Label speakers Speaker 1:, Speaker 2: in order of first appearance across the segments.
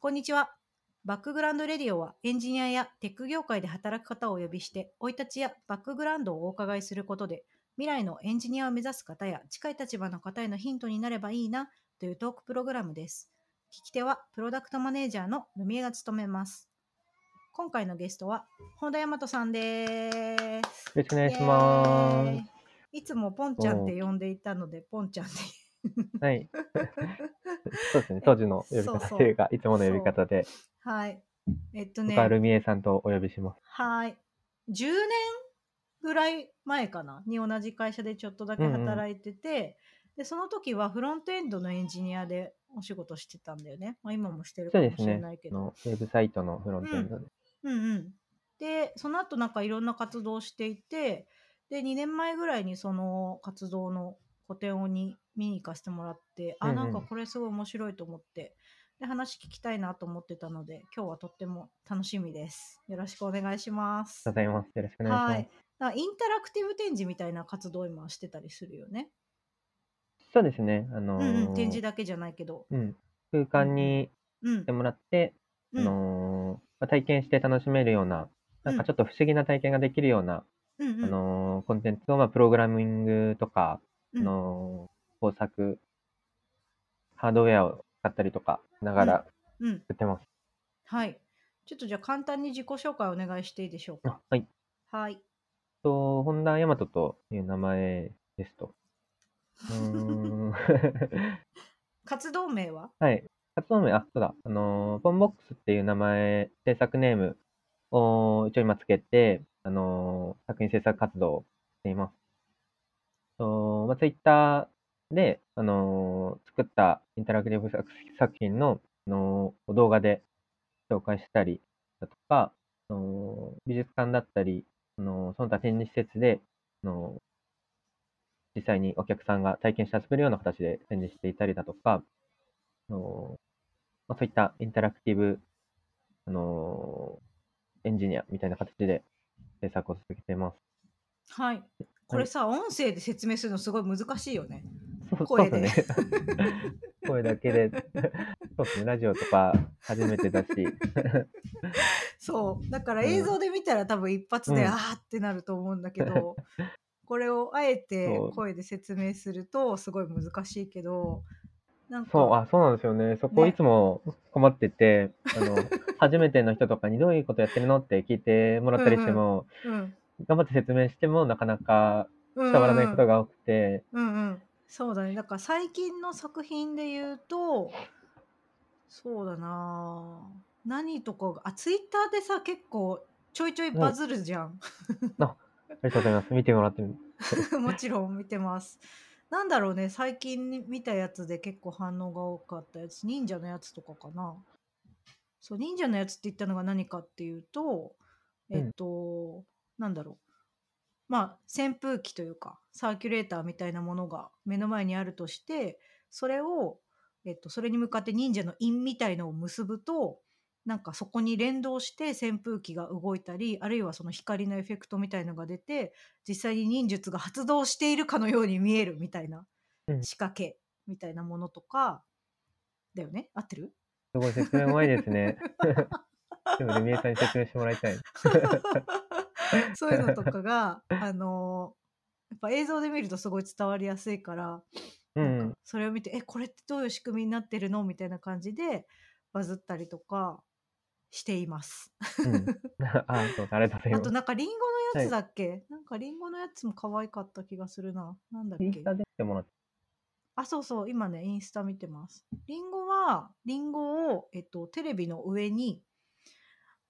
Speaker 1: こんにちは。バックグラウンドレディオはエンジニアやテック業界で働く方をお呼びして、生い立ちやバックグラウンドをお伺いすることで、未来のエンジニアを目指す方や近い立場の方へのヒントになればいいなというトークプログラムです。聞き手はプロダクトマネージャーのルミエが務めます。今回のゲストは本田大和さんです。
Speaker 2: よろしくお
Speaker 1: お
Speaker 2: 願いしま
Speaker 1: いつもポンちゃんって呼んでいたので、ポンちゃんって
Speaker 2: す。はい。 そうですね。当時の呼び
Speaker 1: そうそ
Speaker 2: 方
Speaker 1: う
Speaker 2: というか、いつもの呼び方で、
Speaker 1: はい。えっとね
Speaker 2: 僕、はルミエさんとお呼びします。
Speaker 1: はい。10年ぐらい前かなに同じ会社でちょっとだけ働いてて、で、その時はフロントエンドのエンジニアでお仕事してたんだよね。まあ今もしてるか
Speaker 2: そう
Speaker 1: も
Speaker 2: で
Speaker 1: し
Speaker 2: す
Speaker 1: れ
Speaker 2: ね
Speaker 1: ないけ
Speaker 2: あ
Speaker 1: ど。
Speaker 2: のウェブサイトのフロントエンドで。
Speaker 1: うんうん。で、その後なんかいろんな活動をしていて、で、2年前ぐらいにその活動の個展をに見に行かせてもらって、
Speaker 2: うん
Speaker 1: あ、
Speaker 2: うん
Speaker 1: なんかこれすごい面白いと思って、で、話聞きたいなと思ってたので、今日はとっても楽しみです。よろしくお願いします
Speaker 2: ご。ざいます。よろしくお願いします。
Speaker 1: はい。だからインタラクティブ展示みたいな活動を今してたりするよね。
Speaker 2: そうですね。あの
Speaker 1: う
Speaker 2: ー
Speaker 1: んうん、展示だけじゃないけど。
Speaker 2: うん空間に
Speaker 1: うん
Speaker 2: 来て。もらって、
Speaker 1: う
Speaker 2: あ
Speaker 1: ん
Speaker 2: のーまあ体験して楽しめるような、なんかちょっと不思議な体験ができるような、
Speaker 1: うんうん
Speaker 2: あのーコンテンツを、まあ、プログラミングとか、
Speaker 1: うん
Speaker 2: あのー工作、ハードウェアを使ったりとかしながら
Speaker 1: うん。
Speaker 2: 作ってます。
Speaker 1: はい。ちょっとじゃあ簡単に自己紹介お願いしていいでしょうか。
Speaker 2: あはい。
Speaker 1: はい。
Speaker 2: と、本田大和という名前ですと。うーん
Speaker 1: 活動名は
Speaker 2: はい。活動名、あ、そうだ、あのー、ポンボックスっていう名前、制作ネームを一応今つけて、あのー、作品制作活動をしています。と、まあ、ツイッターで、あのー、作ったインタラクティブ作作品の、あのー、動画で紹介したりだとか、あのー美術館だったり、あのーその他展示施設で、あのー実際にお客さんが体験して遊べるような形で展示していたりだとか、あのまあ、そういったインタラクティブ、あのエンジニアみたいな形で制作を続けています。
Speaker 1: はい。これさ、音声で説明するのすごい難しいよね。
Speaker 2: そう
Speaker 1: 声
Speaker 2: そ
Speaker 1: で
Speaker 2: うですね。声だけで、そうですね、ラジオとか初めてだし、
Speaker 1: そう。だから
Speaker 2: うん
Speaker 1: 映像で見たら多分一発で、
Speaker 2: うん
Speaker 1: あーってなると思うんだけど、これをあえて
Speaker 2: そう
Speaker 1: 声で説明するとすごい難しいけど、なんか、
Speaker 2: そう、あ、そうなんですよね。そこ
Speaker 1: ね
Speaker 2: いつも困ってて、あの、初めての人とかにどういうことやってるのって聞いてもらったりしても、
Speaker 1: うん。
Speaker 2: 頑張って説明してもなかなか
Speaker 1: 伝
Speaker 2: 伝わらないことが多くて、
Speaker 1: うんうん、そうだねだから最近の作品で言うとそうだなあ何とかがあツイッターでさ結構ちょいちょいバズるじゃん、
Speaker 2: ありがとうございます。見てもらってる。
Speaker 1: もちろん見てますなんだろうね最近見たやつで結構反応が多かったやつ忍者のやつとかかなそう忍者のやつって言ったのが何かっていうとえっと、なんだろうまあ扇風機というかサーキュレーターみたいなものが目の前にあるとしてそれを、えっと、それに向かって忍者の印みたいのを結ぶとなんかそこに連動して扇風機が動いたりあるいはその光のエフェクトみたいのが出て実際に忍術が発動しているかのように見えるみたいな
Speaker 2: うん
Speaker 1: 仕掛けみたいなものとか、だよね合って る
Speaker 2: すごい説明うまいですね。 でも、ルミエさんに説明してもらいたい。
Speaker 1: そういうのとかがあのーやっぱ映像で見るとすごい伝わりやすいから、
Speaker 2: う
Speaker 1: なんんか。それを見て「えこれってどういう仕組みになってるの?」みたいな感じでバズったりとかしています。
Speaker 2: うん、 あ、そう、ありがとうござい
Speaker 1: あ
Speaker 2: ま
Speaker 1: と
Speaker 2: す。
Speaker 1: なんかリンゴのやつだっけ、なんかリンゴのやつも可愛かった気がするな。なんだっ
Speaker 2: イン
Speaker 1: け
Speaker 2: スタで見てもらって。
Speaker 1: あ、そうそう、今ね、インスタ見てます。リンゴは、リンゴを、えっと、テレビの上に、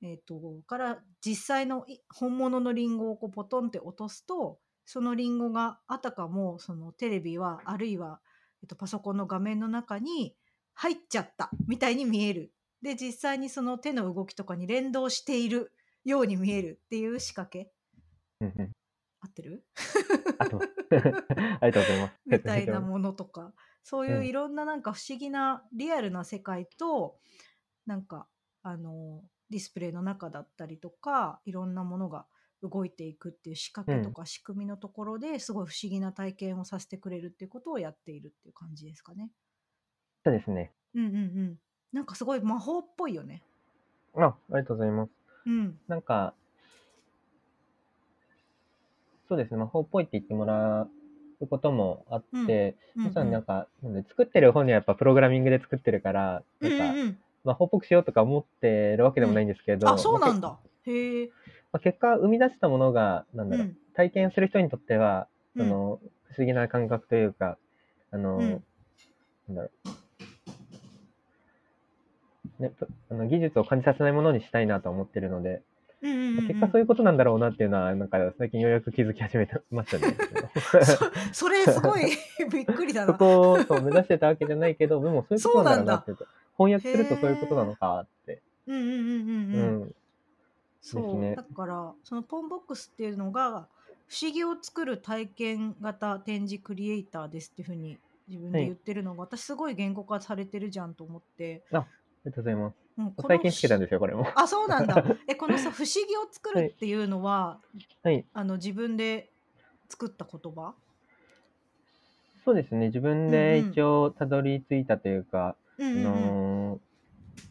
Speaker 1: えっと、から実際のい本物のリンゴをこうポトンって落とすと、そのリンゴがあたかも、そのテレビは、あるいは、えっと、パソコンの画面の中に入っちゃったみたいに見える。で、実際にその手の動きとかに連動しているように見えるっていう仕掛け。
Speaker 2: うんうん。
Speaker 1: 合ってる
Speaker 2: あと、ありがとうございます。
Speaker 1: みたいな
Speaker 2: も
Speaker 1: ものとかそういううんいろんななんか不思議なリアルな世界と、なんかあのディスプレイの中だったりとかいろんなものが動いていくっていう仕掛けとか仕組みのところですごい不思議な体験をさせてくれるっていうことをやっているっていう感じですかね。
Speaker 2: そうですね。
Speaker 1: うんうんうん。なんかすごい魔法っぽいよね。
Speaker 2: あ、ありがとうございます。
Speaker 1: うん。
Speaker 2: なんか、そうですね、魔法っぽいって言ってもらうこともあって、
Speaker 1: うん
Speaker 2: もちろんなん
Speaker 1: う
Speaker 2: か、なんで作ってる本にはやっぱプログラミングで作ってるから、なん
Speaker 1: ん
Speaker 2: か、
Speaker 1: うん
Speaker 2: 魔法っぽくしようとか思ってるわけでもないんですけど、
Speaker 1: あ、そうなん
Speaker 2: ま
Speaker 1: だ。へえ。
Speaker 2: あ結果、生み出したものが、なん
Speaker 1: う
Speaker 2: だろう、
Speaker 1: ん。
Speaker 2: 体験する人にとっては、
Speaker 1: う
Speaker 2: あ
Speaker 1: ん
Speaker 2: の不思議な感覚というか、あの、
Speaker 1: うん
Speaker 2: なんだろう。ね、ぷあの技術を感じさせないものにしたいなと思ってるので、
Speaker 1: うんうんうんうん
Speaker 2: 結果そういうことなんだろうなっていうのは、なんか最近ようやく気づき始めてましたね。
Speaker 1: そそれすごい びっくりだ
Speaker 2: そ
Speaker 1: な。
Speaker 2: こをそう目指してたわけじゃないけど、でもそういうことなんだろうなって翻訳すると
Speaker 1: へー
Speaker 2: そういうことなのかって。
Speaker 1: うんうんうんうん
Speaker 2: う
Speaker 1: うん。
Speaker 2: ん。
Speaker 1: そう、
Speaker 2: ね
Speaker 1: だからそのポンボックスっていうのが不思議を作る体験型展示クリエイターですっていうふうに自分で言ってるのが、私すごい言語化されてるじゃんと思って、
Speaker 2: ありがとうございます。
Speaker 1: うん、この
Speaker 2: 最近つけたんですよ、これも。
Speaker 1: あそうなん だえこのさ不思議を作るっていうのは、
Speaker 2: はい。
Speaker 1: あの自分で作った言葉
Speaker 2: そうですね、自分で
Speaker 1: うんうん
Speaker 2: 一応たどり着いたというか、
Speaker 1: うん
Speaker 2: あ
Speaker 1: うんうん
Speaker 2: の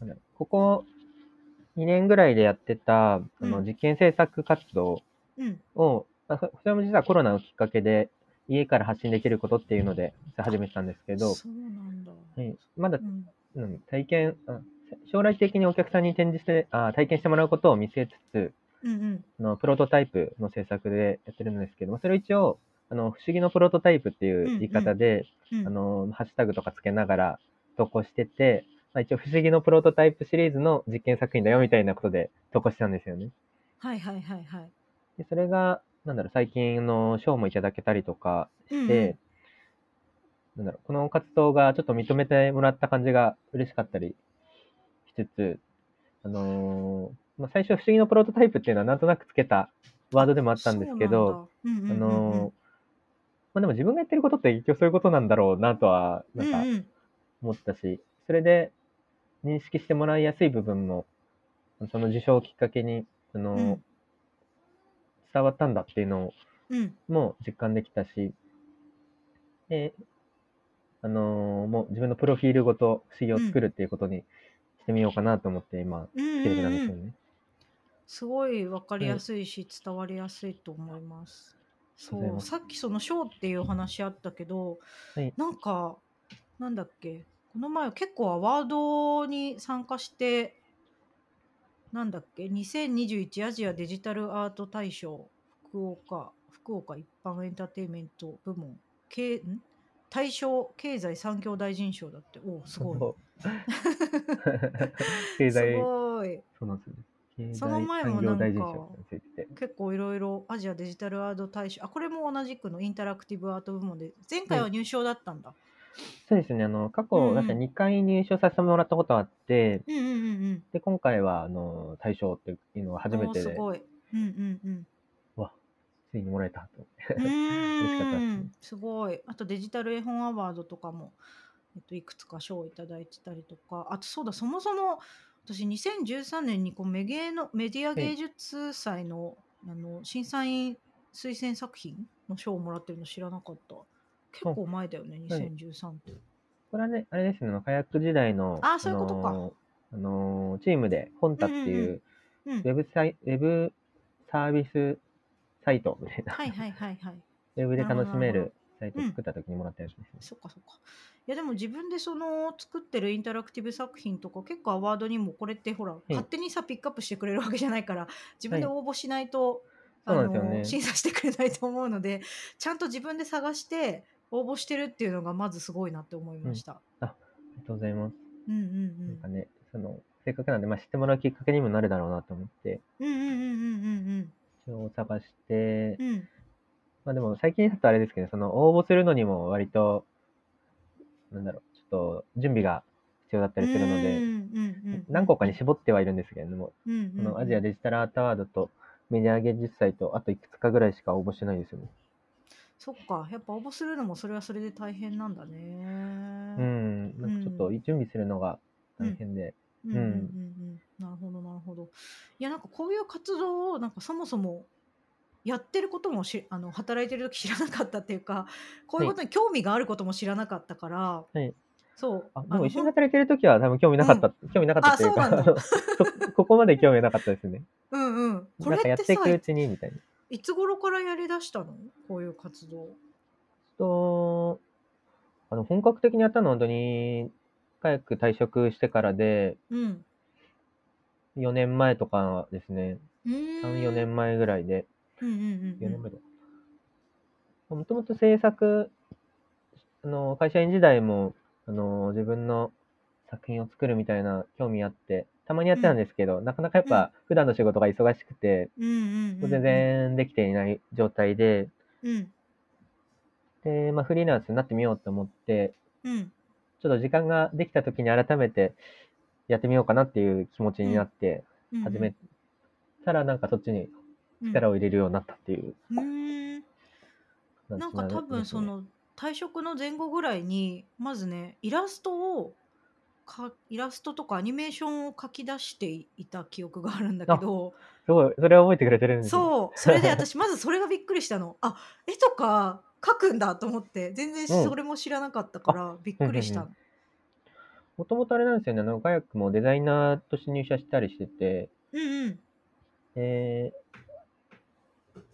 Speaker 2: ーなんだここ2年ぐらいでやってたあ
Speaker 1: う
Speaker 2: の
Speaker 1: ん
Speaker 2: 実験制作活動
Speaker 1: うん
Speaker 2: を、あそそれも実はコロナのきっかけで家から発信できることっていうので始めたんですけど、
Speaker 1: そうなんだ、
Speaker 2: はい、まだ
Speaker 1: う、ん
Speaker 2: うん、体験あ将来的にお客さんに展示してあ体験してもらうことを見せつつ
Speaker 1: うんうん
Speaker 2: あのプロトタイプの制作でやってるんですけどまあそれを一応あの不思議のプロトタイプっていう言い方で、
Speaker 1: うん
Speaker 2: あの、ハッシュタグとかつけながら投稿してて、まあ、一応不思議のプロトタイプシリーズの実験作品だよみたいなことで投稿してたんですよね。
Speaker 1: はいはいはいはい
Speaker 2: で、それが、なんだろう、最近あの賞もいただけたりとか
Speaker 1: うんうん
Speaker 2: して、なんだろう、この活動がちょっと認めてもらった感じが嬉しかったりしつつ、あのーまあ、最初不思議のプロトタイプっていうのはなんとなくつけたワードでもあったんですけど、
Speaker 1: そうなんだ、
Speaker 2: あ
Speaker 1: うんうんうんうん
Speaker 2: のーまあ、でも自分がやってることって結局そういうことなんだろうなとは、なんか
Speaker 1: うんうん
Speaker 2: 思ったし、それで認識してもらいやすい部分も、その受賞をきっかけに、あの、
Speaker 1: うん
Speaker 2: 伝わったんだっていうの
Speaker 1: うん
Speaker 2: も実感できたし、で、あのもう自分のプロフィールごと不思議を作るっていうことにしてみようかなと思って今、
Speaker 1: うん
Speaker 2: 来
Speaker 1: う
Speaker 2: てるん
Speaker 1: ん
Speaker 2: で
Speaker 1: う
Speaker 2: すよ
Speaker 1: ん
Speaker 2: ね。
Speaker 1: すごい分かりやすいし、伝わりやすいと思います。
Speaker 2: あ
Speaker 1: そ
Speaker 2: りがとうございうます
Speaker 1: さっきその賞っていう話あったけど、
Speaker 2: はい
Speaker 1: なんかなんだっけこの前結構アワードに参加してなんだっけ2021アジアデジタルアート大賞福岡福岡一般エンターテインメント部門けん大賞経済産業大臣賞だっておおすごい。 す
Speaker 2: 経済、
Speaker 1: ごい
Speaker 2: そうなんですよね。経
Speaker 1: その前も
Speaker 2: 産業大臣
Speaker 1: なんか
Speaker 2: 賞についてて。
Speaker 1: 結構いろいろアジアデジタルアート大賞あこれも同じくのインタラクティブアート部門で前回は入賞だったんだ、
Speaker 2: そうですね、あの、過
Speaker 1: うんう
Speaker 2: 去、
Speaker 1: ん
Speaker 2: 確か2回入賞させてもらったことあって、
Speaker 1: うんうんうんうん
Speaker 2: で、今回は、あの、大賞っていうのが初め
Speaker 1: おー
Speaker 2: て
Speaker 1: す
Speaker 2: で、
Speaker 1: ごいうんうんうん
Speaker 2: わ、ついにもらえたと。
Speaker 1: うー
Speaker 2: 嬉しかった
Speaker 1: んすごいあとデジタル絵本アワードとかも、えっと、いくつか賞をいただいてたりとかあとそうだそもそも私2013年にこうメゲのメディア芸術祭の,、あの審査員推薦作品の賞をもらってるの知らなかった結構前だよね
Speaker 2: はい
Speaker 1: 2013って、
Speaker 2: これはね、あれですね、あのカヤック時代の、
Speaker 1: あそういうことか
Speaker 2: のあの、チームで、ホンタって
Speaker 1: うんうん
Speaker 2: いう、
Speaker 1: うん
Speaker 2: ウェブサイ、ウェブサービスサイトみたいな、
Speaker 1: はいはいはいはい
Speaker 2: ウェブで楽しめ
Speaker 1: なる
Speaker 2: るサイト
Speaker 1: うん
Speaker 2: 作った時にもらったやつですね。
Speaker 1: そっかそっか。いやでも自分でその作ってるインタラクティブ作品とか結構アワードにもこれってほら、
Speaker 2: い
Speaker 1: 勝手にさピックアップしてくれるわけじゃないから自分で応募しないと、
Speaker 2: そう
Speaker 1: あ
Speaker 2: なん
Speaker 1: の
Speaker 2: ですよね
Speaker 1: 審査してくれないと思うのでちゃんと自分で探して応募してるっていうのがまずすごいなって思いました。
Speaker 2: ありがとうございます。
Speaker 1: うんうん
Speaker 2: なんか
Speaker 1: うん。
Speaker 2: ね、その、せっかくなんで、まあ、知ってもらうきっかけにもなるだろうなと思って、
Speaker 1: うんうんうんうん
Speaker 2: 一応探して
Speaker 1: うんう、んうん。
Speaker 2: まあでも最近だとあれですけど、その応募するのにも割と、なんだろう、ちょっと準備が必要だったりするの
Speaker 1: うん
Speaker 2: で、
Speaker 1: うんうんうん、
Speaker 2: 何個かに絞ってはいるんですけれども、
Speaker 1: うんうん
Speaker 2: このアジアデジタルアートワードとメディア芸術祭と、あといくつかぐらいしか応募してないですよね。
Speaker 1: そっかやっぱ応募するのもそれはそれで大変なんだね。
Speaker 2: うん、なんかちょっと
Speaker 1: う
Speaker 2: 準備するのが大変で、
Speaker 1: うんうんうんうん、なるほどなるほどいやなんかこういう活動をなんかそもそもやってることもしあの 働いてる時知らなかったっていうかこういうことに興味があることも知らなかったから、
Speaker 2: はい
Speaker 1: そう。
Speaker 2: あ、でも一緒に
Speaker 1: あの
Speaker 2: 働いてる時は多分興味なかった、興味なかったっていうか、
Speaker 1: あそうなん
Speaker 2: そここまで興味なかったですね。
Speaker 1: うんうん。 こ
Speaker 2: な
Speaker 1: れ
Speaker 2: んかや
Speaker 1: っ
Speaker 2: っててい
Speaker 1: さ
Speaker 2: く、うちにみたいな。
Speaker 1: いつ頃からやりだしたのこういう活動。
Speaker 2: と、あの本格的にやったのは本当に、早く退職してからで、
Speaker 1: うん。
Speaker 2: 4年前とかですね。
Speaker 1: うーん
Speaker 2: 3、4年前ぐらいで。
Speaker 1: うんうんうん
Speaker 2: 4年前だ。もともと制作、あの会社員時代もあの自分の作品を作るみたいな興味あって、たまにやってたんですけど、なかなかやっぱ普段の仕事が忙しくて、
Speaker 1: うんうんうんう
Speaker 2: も
Speaker 1: ん
Speaker 2: う全然できていない状態で、
Speaker 1: うん
Speaker 2: で、まあ、フリーランスになってみようと思って、
Speaker 1: うん
Speaker 2: ちょっと時間ができた時に改めてやってみようかなっていう気持ちになって、
Speaker 1: うん
Speaker 2: 始めたらなんかそっちに力を入れるようになったっていう
Speaker 1: うんうーん
Speaker 2: 形に
Speaker 1: なん
Speaker 2: な
Speaker 1: か
Speaker 2: る
Speaker 1: 多分そ、の退職の前後ぐらいにまずねイラストをかイラストとかアニメーションを書き出していた記憶があるんだけど
Speaker 2: すごい、それを覚えてくれてるんですね
Speaker 1: そうそれで私まずそれがびっくりしたのあ絵とか描くんだと思って全然
Speaker 2: うん
Speaker 1: それも知らなかったからびっくりした
Speaker 2: うん
Speaker 1: の
Speaker 2: もともとあれなんですよね、あの、ガヤックもデザイナーとして入社したりしてて、
Speaker 1: うんうん
Speaker 2: え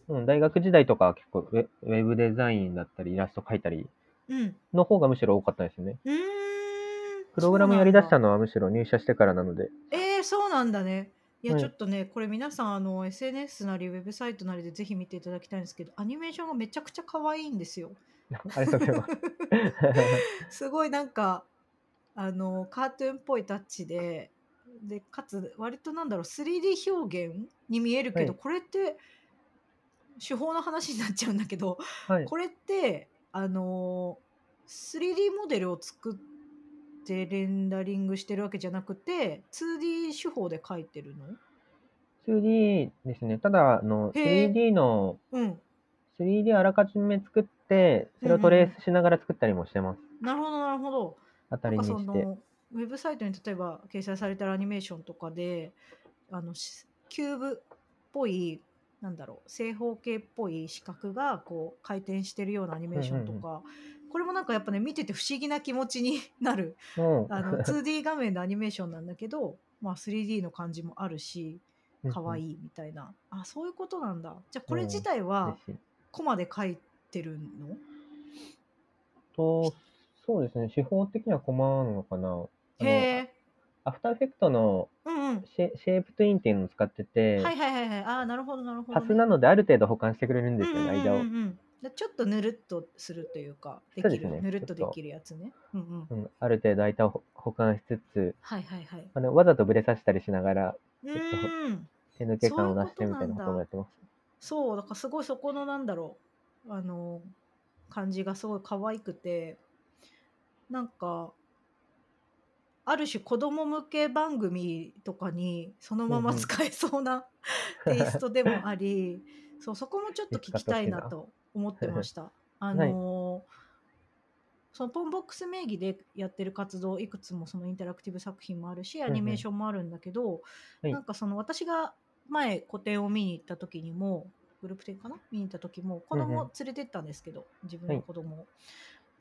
Speaker 2: ーうん、大学時代とかは結構ウェウェブデザインだったり、イラスト描いたり
Speaker 1: うん
Speaker 2: の方がむしろ多かったですね。
Speaker 1: うーん
Speaker 2: プログラムやりだした
Speaker 1: の
Speaker 2: のはむしろ入社してからな ので。
Speaker 1: えー、そうなんだね。いや、
Speaker 2: はい
Speaker 1: ちょっとね、これ皆さん、あの、SNS なり、ウェブサイトなりでぜひ見ていただきたいんですけど、アニメーションがめちゃくちゃ可愛いんですよ。
Speaker 2: ありがとうございます。
Speaker 1: すごいなんか、あの、カートゥーンっぽいタッチで、で、かつ、割となんだろう、3D 表現に見えるけど、
Speaker 2: はい
Speaker 1: これって、手法の話になっちゃうんだけど、
Speaker 2: はい。
Speaker 1: これって、あの、3D モデルを作ってレンダリングしてるわけじゃなくて、2D 手法で描いてるの
Speaker 2: 2D ですね。ただ、あの、
Speaker 1: へー
Speaker 2: 3D の、
Speaker 1: うん、
Speaker 2: 3D あらかじめ作って、それをトレースしながら作ったりもしてます。
Speaker 1: なるほどなるほど。
Speaker 2: 当た
Speaker 1: なん
Speaker 2: り
Speaker 1: か
Speaker 2: に
Speaker 1: そ
Speaker 2: して。
Speaker 1: のウェブサイトに例えば掲載されてるアニメーションとかであのしキューブっぽいなんだろう正方形っぽい四角がこう回転してるようなアニメーションとか、これもなんかやっぱね見てて不思議な気持ちに なる
Speaker 2: も
Speaker 1: あ の 2D 画面のアニメーションなんだけど、まあ、3D の感じもあるし
Speaker 2: う、
Speaker 1: 可
Speaker 2: い。
Speaker 1: 愛いみたいな、あそういうことなんだじゃあこれ
Speaker 2: うん
Speaker 1: 自体は
Speaker 2: 嬉しい
Speaker 1: コマで描いてるの
Speaker 2: と、そうですね。手法的には困るのかな。あの
Speaker 1: へえ
Speaker 2: アフターエフェクトの
Speaker 1: うんうん
Speaker 2: シェシェイプトゥインっていうのを使ってて、
Speaker 1: はいはいはいはい。ああ、なるほどなるほど、
Speaker 2: パスなのである程度保管してくれるんですよね、
Speaker 1: うんうん
Speaker 2: 間を
Speaker 1: う。んうんでちょっとぬるっとするというか、で
Speaker 2: そう
Speaker 1: き
Speaker 2: です
Speaker 1: る、
Speaker 2: ね
Speaker 1: ぬるっとできるやつね。うんうん
Speaker 2: う。ん、ある程度間を保保管しつつ、
Speaker 1: はいはいはい。
Speaker 2: あのわざとブレさせたりしながら、
Speaker 1: う
Speaker 2: っと
Speaker 1: ーん。
Speaker 2: 手抜け感を出してみたいなこともやってます。
Speaker 1: そう、だからすごいそこのなんだろう、あの、感じがすごい可愛くて、なんか、ある種子供向け番組とかにそのまま
Speaker 2: うんうん
Speaker 1: 使えそうな テイストでもあり、そうそこもちょっと聞きたいなと思ってま した。あのーそのポンボックス名義でやってる活動いくつもそのインタラクティブ作品もあるしアニメーションもあるんだけど、
Speaker 2: はい
Speaker 1: なんかその私が前個展を見に行った時にもグループ展かな見に行った時も子
Speaker 2: うんう
Speaker 1: 供
Speaker 2: ん
Speaker 1: 連れてったんですけど、自分の子供を、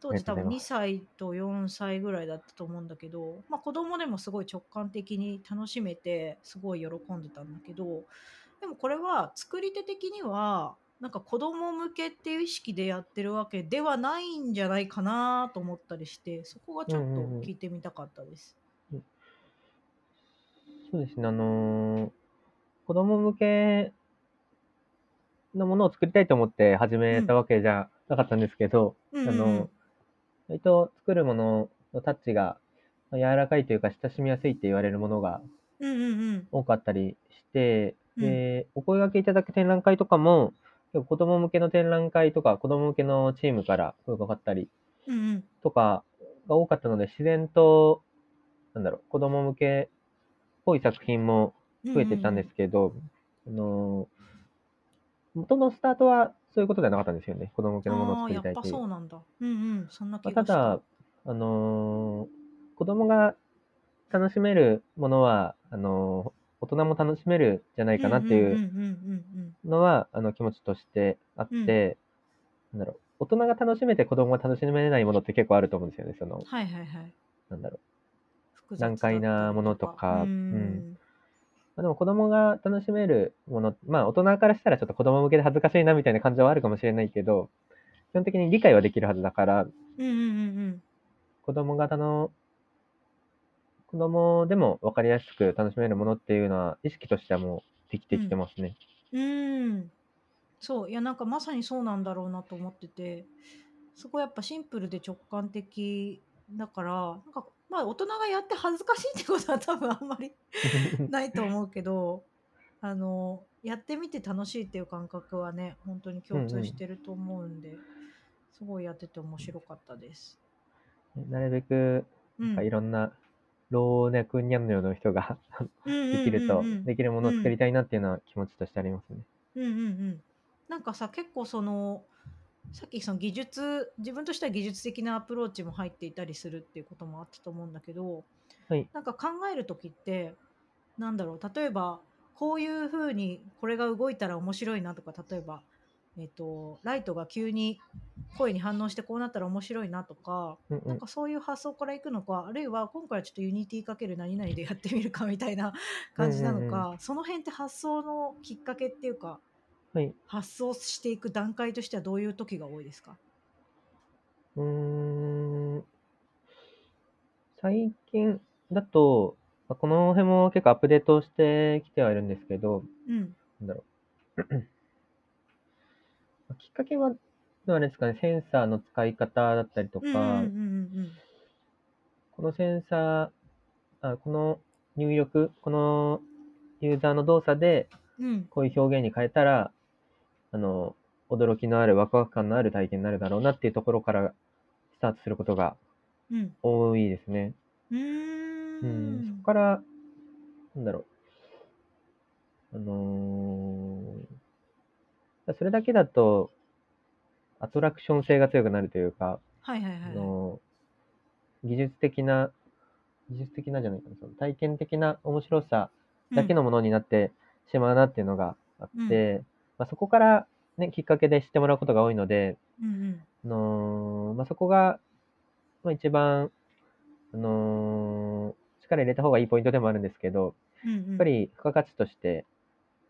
Speaker 1: 当
Speaker 2: あり
Speaker 1: 時
Speaker 2: がと
Speaker 1: 多分
Speaker 2: うございます
Speaker 1: 2歳と4歳ぐらいだったと思うんだけど、まあ、子供でもすごい直感的に楽しめてすごい喜んでたんだけどでもこれは作り手的にはなんか子供向けっていう意識でやってるわけではないんじゃないかなと思ったりしてそこがちょっと
Speaker 2: うんうんうん
Speaker 1: 聞いてみたかったです。
Speaker 2: そうですね、あのー子供向けのものを作りたいと思って始めたわけじゃなかったんですけど、
Speaker 1: うんう
Speaker 2: あ
Speaker 1: んう
Speaker 2: の
Speaker 1: ん
Speaker 2: 割と作るもののタッチが柔らかいというか親しみやすいって言われるものが
Speaker 1: うんうんうん
Speaker 2: 多かったりして、
Speaker 1: うん
Speaker 2: で、お声掛けいただく展覧会とかも、結構子供向けの展覧会とか、子供向けのチームから声がかかったり
Speaker 1: うんうん
Speaker 2: とかが多かったので、自然と、なんだろう、子供向けっぽい作品も増えてたんですけど、あの元のスタートはそういうことではなかったんですよね。子供向けのものを
Speaker 1: ああ
Speaker 2: 作りた
Speaker 1: や
Speaker 2: い
Speaker 1: っぱ
Speaker 2: という。
Speaker 1: そうなんだ。うんうんそんな
Speaker 2: まあ
Speaker 1: 気
Speaker 2: た
Speaker 1: がした。
Speaker 2: だ、あのー子供が楽しめるものは、あのー大人も楽しめるんじゃないかなってい
Speaker 1: ん
Speaker 2: う
Speaker 1: う
Speaker 2: ん
Speaker 1: ん
Speaker 2: うのは、あの気持ちとしてあって、なんだろう、大人が楽しめて子供が楽しめないものって結構あると思うんですよね。その
Speaker 1: うんはいはいはい。
Speaker 2: なんだろ
Speaker 1: 複雑
Speaker 2: 難解なものとか
Speaker 1: う
Speaker 2: うん
Speaker 1: ん
Speaker 2: う。まあ、でも子供が楽しめるもの、まあ大人からしたらちょっと子供向けで恥ずかしいなみたいな感情はあるかもしれないけど、基本的に理解はできるはずだから、
Speaker 1: うんうん
Speaker 2: 子供型の、子供でも分かりやすく楽しめるものっていうのは意識としてはもうできてきてますね。
Speaker 1: うんうんうんそういやなんかまさにそうなんだろうなと思っててすごいやっぱシンプルで直感的だからなんかまあ大人がやって恥ずかしいってことは多分あんまりないと思うけどあのやってみて楽しいっていう感覚はね本当に共
Speaker 2: うんう
Speaker 1: 通
Speaker 2: ん
Speaker 1: してると思うんで、すごいやってて面白かったです。
Speaker 2: なるべく、
Speaker 1: う
Speaker 2: なん
Speaker 1: ん
Speaker 2: かいろんな老若にゃんのような人が できると、
Speaker 1: うんうんうんうん
Speaker 2: できるものを作りたいなっていうのは気持ちとしてありますね。
Speaker 1: うんうんうん、なんかさ結構そのさっきその技術自分としては技術的なアプローチも入っていたりするっていうこともあったと思うんだけど、
Speaker 2: はい
Speaker 1: なんか考える時ってなんだろう例えばこういうふうにこれが動いたら面白いなとか例えば、えっとライトが急に声に反応してこうなったら面白いなとか
Speaker 2: うんう
Speaker 1: なん
Speaker 2: ん
Speaker 1: かそういう発想からいくのかあるいは今回はちょっとユニティかける何々でやってみるか みたいな感じなのか、
Speaker 2: うん
Speaker 1: その辺って発想のきっかけっていうか
Speaker 2: はい。
Speaker 1: 発想していく段階としてはどういう時が多いですか
Speaker 2: うーん。最近だと、まあこの辺も結構アップデートしてきてはいるんですけど、
Speaker 1: うん
Speaker 2: なんだろう。きっかけは、あれですかね、センサーの使い方だったりとか、
Speaker 1: うんうんうん
Speaker 2: このセンサーあ、この入力、このユーザーの動作で、
Speaker 1: うんうん
Speaker 2: こういう表現に変えたら、あの、驚きのある、ワクワク感のある体験になるだろうなっていうところからスタートすることが
Speaker 1: うん
Speaker 2: 多いですね。
Speaker 1: う
Speaker 2: う
Speaker 1: ー
Speaker 2: ん、そ
Speaker 1: ん
Speaker 2: こから、なんだろう。あのーそれだけだと、アトラクション性が強くなるというか、
Speaker 1: はいはいはい
Speaker 2: あ
Speaker 1: はい
Speaker 2: のー技術的な、技術的なじゃないかな、その体験的な面白さだけのものになってしまうなっていうのがあって、まあ、そこから、ね、きっかけで知ってもらうことが多いので、
Speaker 1: うんうん
Speaker 2: あのーまあ、そこが、まあ、一番、あのー力入れた方がいいポイントでもあるんですけど、
Speaker 1: うんうん
Speaker 2: やっぱり付加価値として、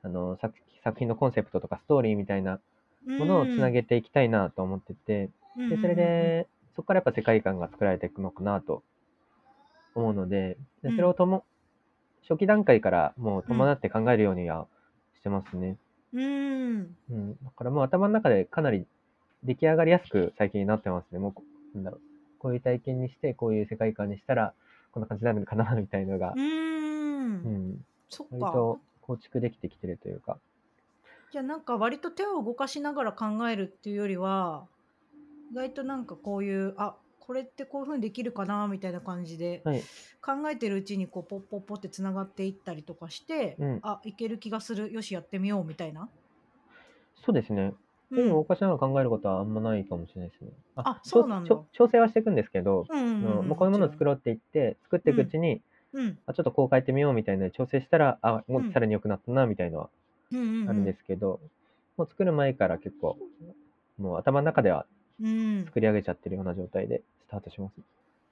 Speaker 2: あのー作作品のコンセプトとかストーリーみたいなものをつなげていきたいなと思ってて、
Speaker 1: うん
Speaker 2: でそれでそこからやっぱ世界観が作られていくのかなと思うのででそれをとも、初期段階からもう伴って考えるようにはしてますね、
Speaker 1: うんうん
Speaker 2: うん、だからもう頭の中でかなり出来上がりやすく最近になってますねもうこなんだろうこういう体験にしてこういう世界観にしたらこんな感じになるのかなみたいのが
Speaker 1: う、んう
Speaker 2: うんん、
Speaker 1: そっ
Speaker 2: 割
Speaker 1: か
Speaker 2: と構築できてきてるというか
Speaker 1: じゃあなんか割と手を動かしながら考えるっていうよりは意外となんかこういうあこれってこういうふうにできるかなみたいな感じで、
Speaker 2: はい
Speaker 1: 考えてるうちにこうポッポッポってつながっていったりとかして、
Speaker 2: うん
Speaker 1: あいける気がするよしやってみようみたいな。
Speaker 2: そうですね
Speaker 1: う
Speaker 2: 本を動
Speaker 1: ん
Speaker 2: かしながら考えることはあんまないかもしれないですね
Speaker 1: あそうなんだ
Speaker 2: ちょ調整はしていくんですけど、
Speaker 1: うん
Speaker 2: あ
Speaker 1: ん
Speaker 2: の
Speaker 1: ん
Speaker 2: もうこういうものを作ろうって言って作っていくうちに、
Speaker 1: うん
Speaker 2: あちょっとこう変えてみようみたいなので調整したらあも
Speaker 1: うん
Speaker 2: うさらに良くなったなみたいなのは
Speaker 1: うんうんうん
Speaker 2: あるんですけど、もう作る前から結構もう頭の中では
Speaker 1: うん
Speaker 2: 作り上げちゃってるような状態でスタートします。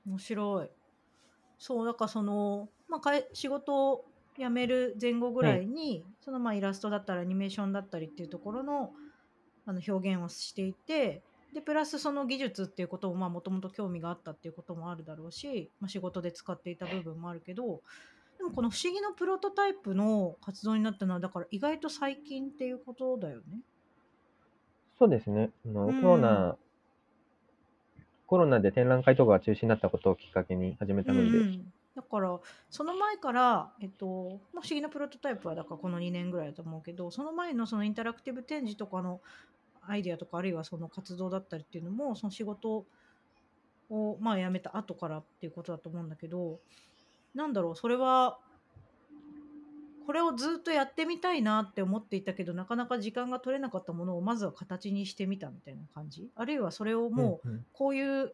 Speaker 1: 面白いそうだからその、まあかえ、仕事を辞める前後ぐらいに、そのまあイラストだったりアニメーションだったりっていうところのあの表現をしていてでプラスその技術っていうことももともと興味があったっていうこともあるだろうし、まあ、仕事で使っていた部分もあるけどでもこの不思議のプロトタイプの活動になったのはだから意外と最近っていうことだよね。
Speaker 2: そうですねあの、
Speaker 1: うん
Speaker 2: コロナコロナで展覧会とかが中止になったことをきっかけに始めたので、
Speaker 1: うんうんだからその前から、えっと、もう不思議なプロトタイプはだからこの2年ぐらいだと思うけどその前のそのインタラクティブ展示とかのアイデアとかあるいはその活動だったりっていうのもその仕事をまあ辞めた後からっていうことだと思うんだけどなんだろうそれはこれをずっとやってみたいなって思っていたけどなかなか時間が取れなかったものをまずは形にしてみたみたいな感じあるいはそれをもう、
Speaker 2: うんうん
Speaker 1: こういう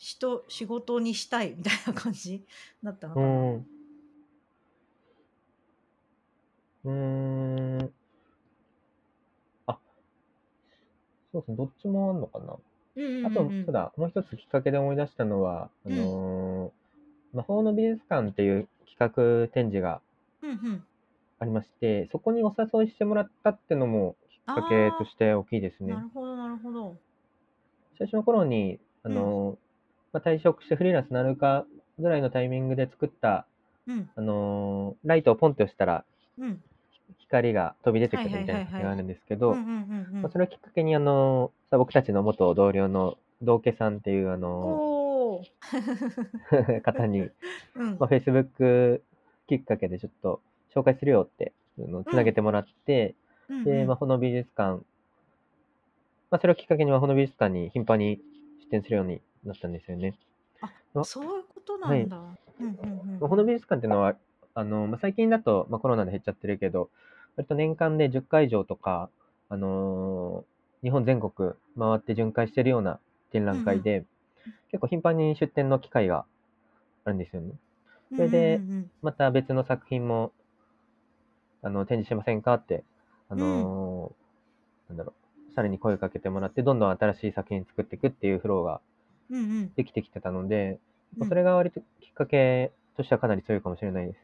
Speaker 1: 人仕事にしたいみたいな感じ だったのかな。
Speaker 2: うん。うーん。あ、そうですね、どっちもあんのかな。
Speaker 1: うんうんうん
Speaker 2: あと、そうだ、もう一つきっかけで思い出したのは、あ
Speaker 1: うん
Speaker 2: のー魔法の美術館っていう企画展示が
Speaker 1: うんうん。
Speaker 2: ありまして、そこにお誘いしてもらったってのもきっ
Speaker 1: あ
Speaker 2: かけ
Speaker 1: ー
Speaker 2: として大きいですね
Speaker 1: な。るほどなるほど。
Speaker 2: 最初の頃に、あの、まあ、退職してフリーランスになるかぐらいのタイミングで作った、
Speaker 1: うん
Speaker 2: あのーライトをポンって押したら
Speaker 1: うん。
Speaker 2: 光が飛び出てくるみた
Speaker 1: は
Speaker 2: い
Speaker 1: い
Speaker 2: な
Speaker 1: はいはいはい
Speaker 2: のがあるんですけ
Speaker 1: う
Speaker 2: ど、
Speaker 1: んうんうんう
Speaker 2: ま
Speaker 1: ん
Speaker 2: あ、そ。れをきっかけに、あのー僕たちの元同僚の道家さんっていう、あの
Speaker 1: おお。
Speaker 2: ー方に、
Speaker 1: うん
Speaker 2: ま。あ、Facebook きっかけでちょっと紹介するよっていうのをつなげてもらって、
Speaker 1: うん
Speaker 2: で、魔法の美術館、まあ、それをきっかけに魔法の美術館に頻繁に出展するようになったんですよね。
Speaker 1: うんそういうことなんだ。うんうんう
Speaker 2: 魔
Speaker 1: ん。
Speaker 2: 法の美術館っていうのは、あのまあ、最近だと、まあ、コロナで減っちゃってるけど、割と年間で10会場とか、あのー日本全国回って巡回してるような展覧会で、結構頻繁に出展の機会があるんですよね。それで
Speaker 1: うんうんうん
Speaker 2: また別の作品もあの展示しませんかって、あのーなんだろう、さらに声かけてもらって、どんどん新しい作品作っていくっていうフローが
Speaker 1: うんうん
Speaker 2: できてきてたので、
Speaker 1: う
Speaker 2: まあ
Speaker 1: ん
Speaker 2: それが割ときっかけとしてはかなり強いかもしれないです。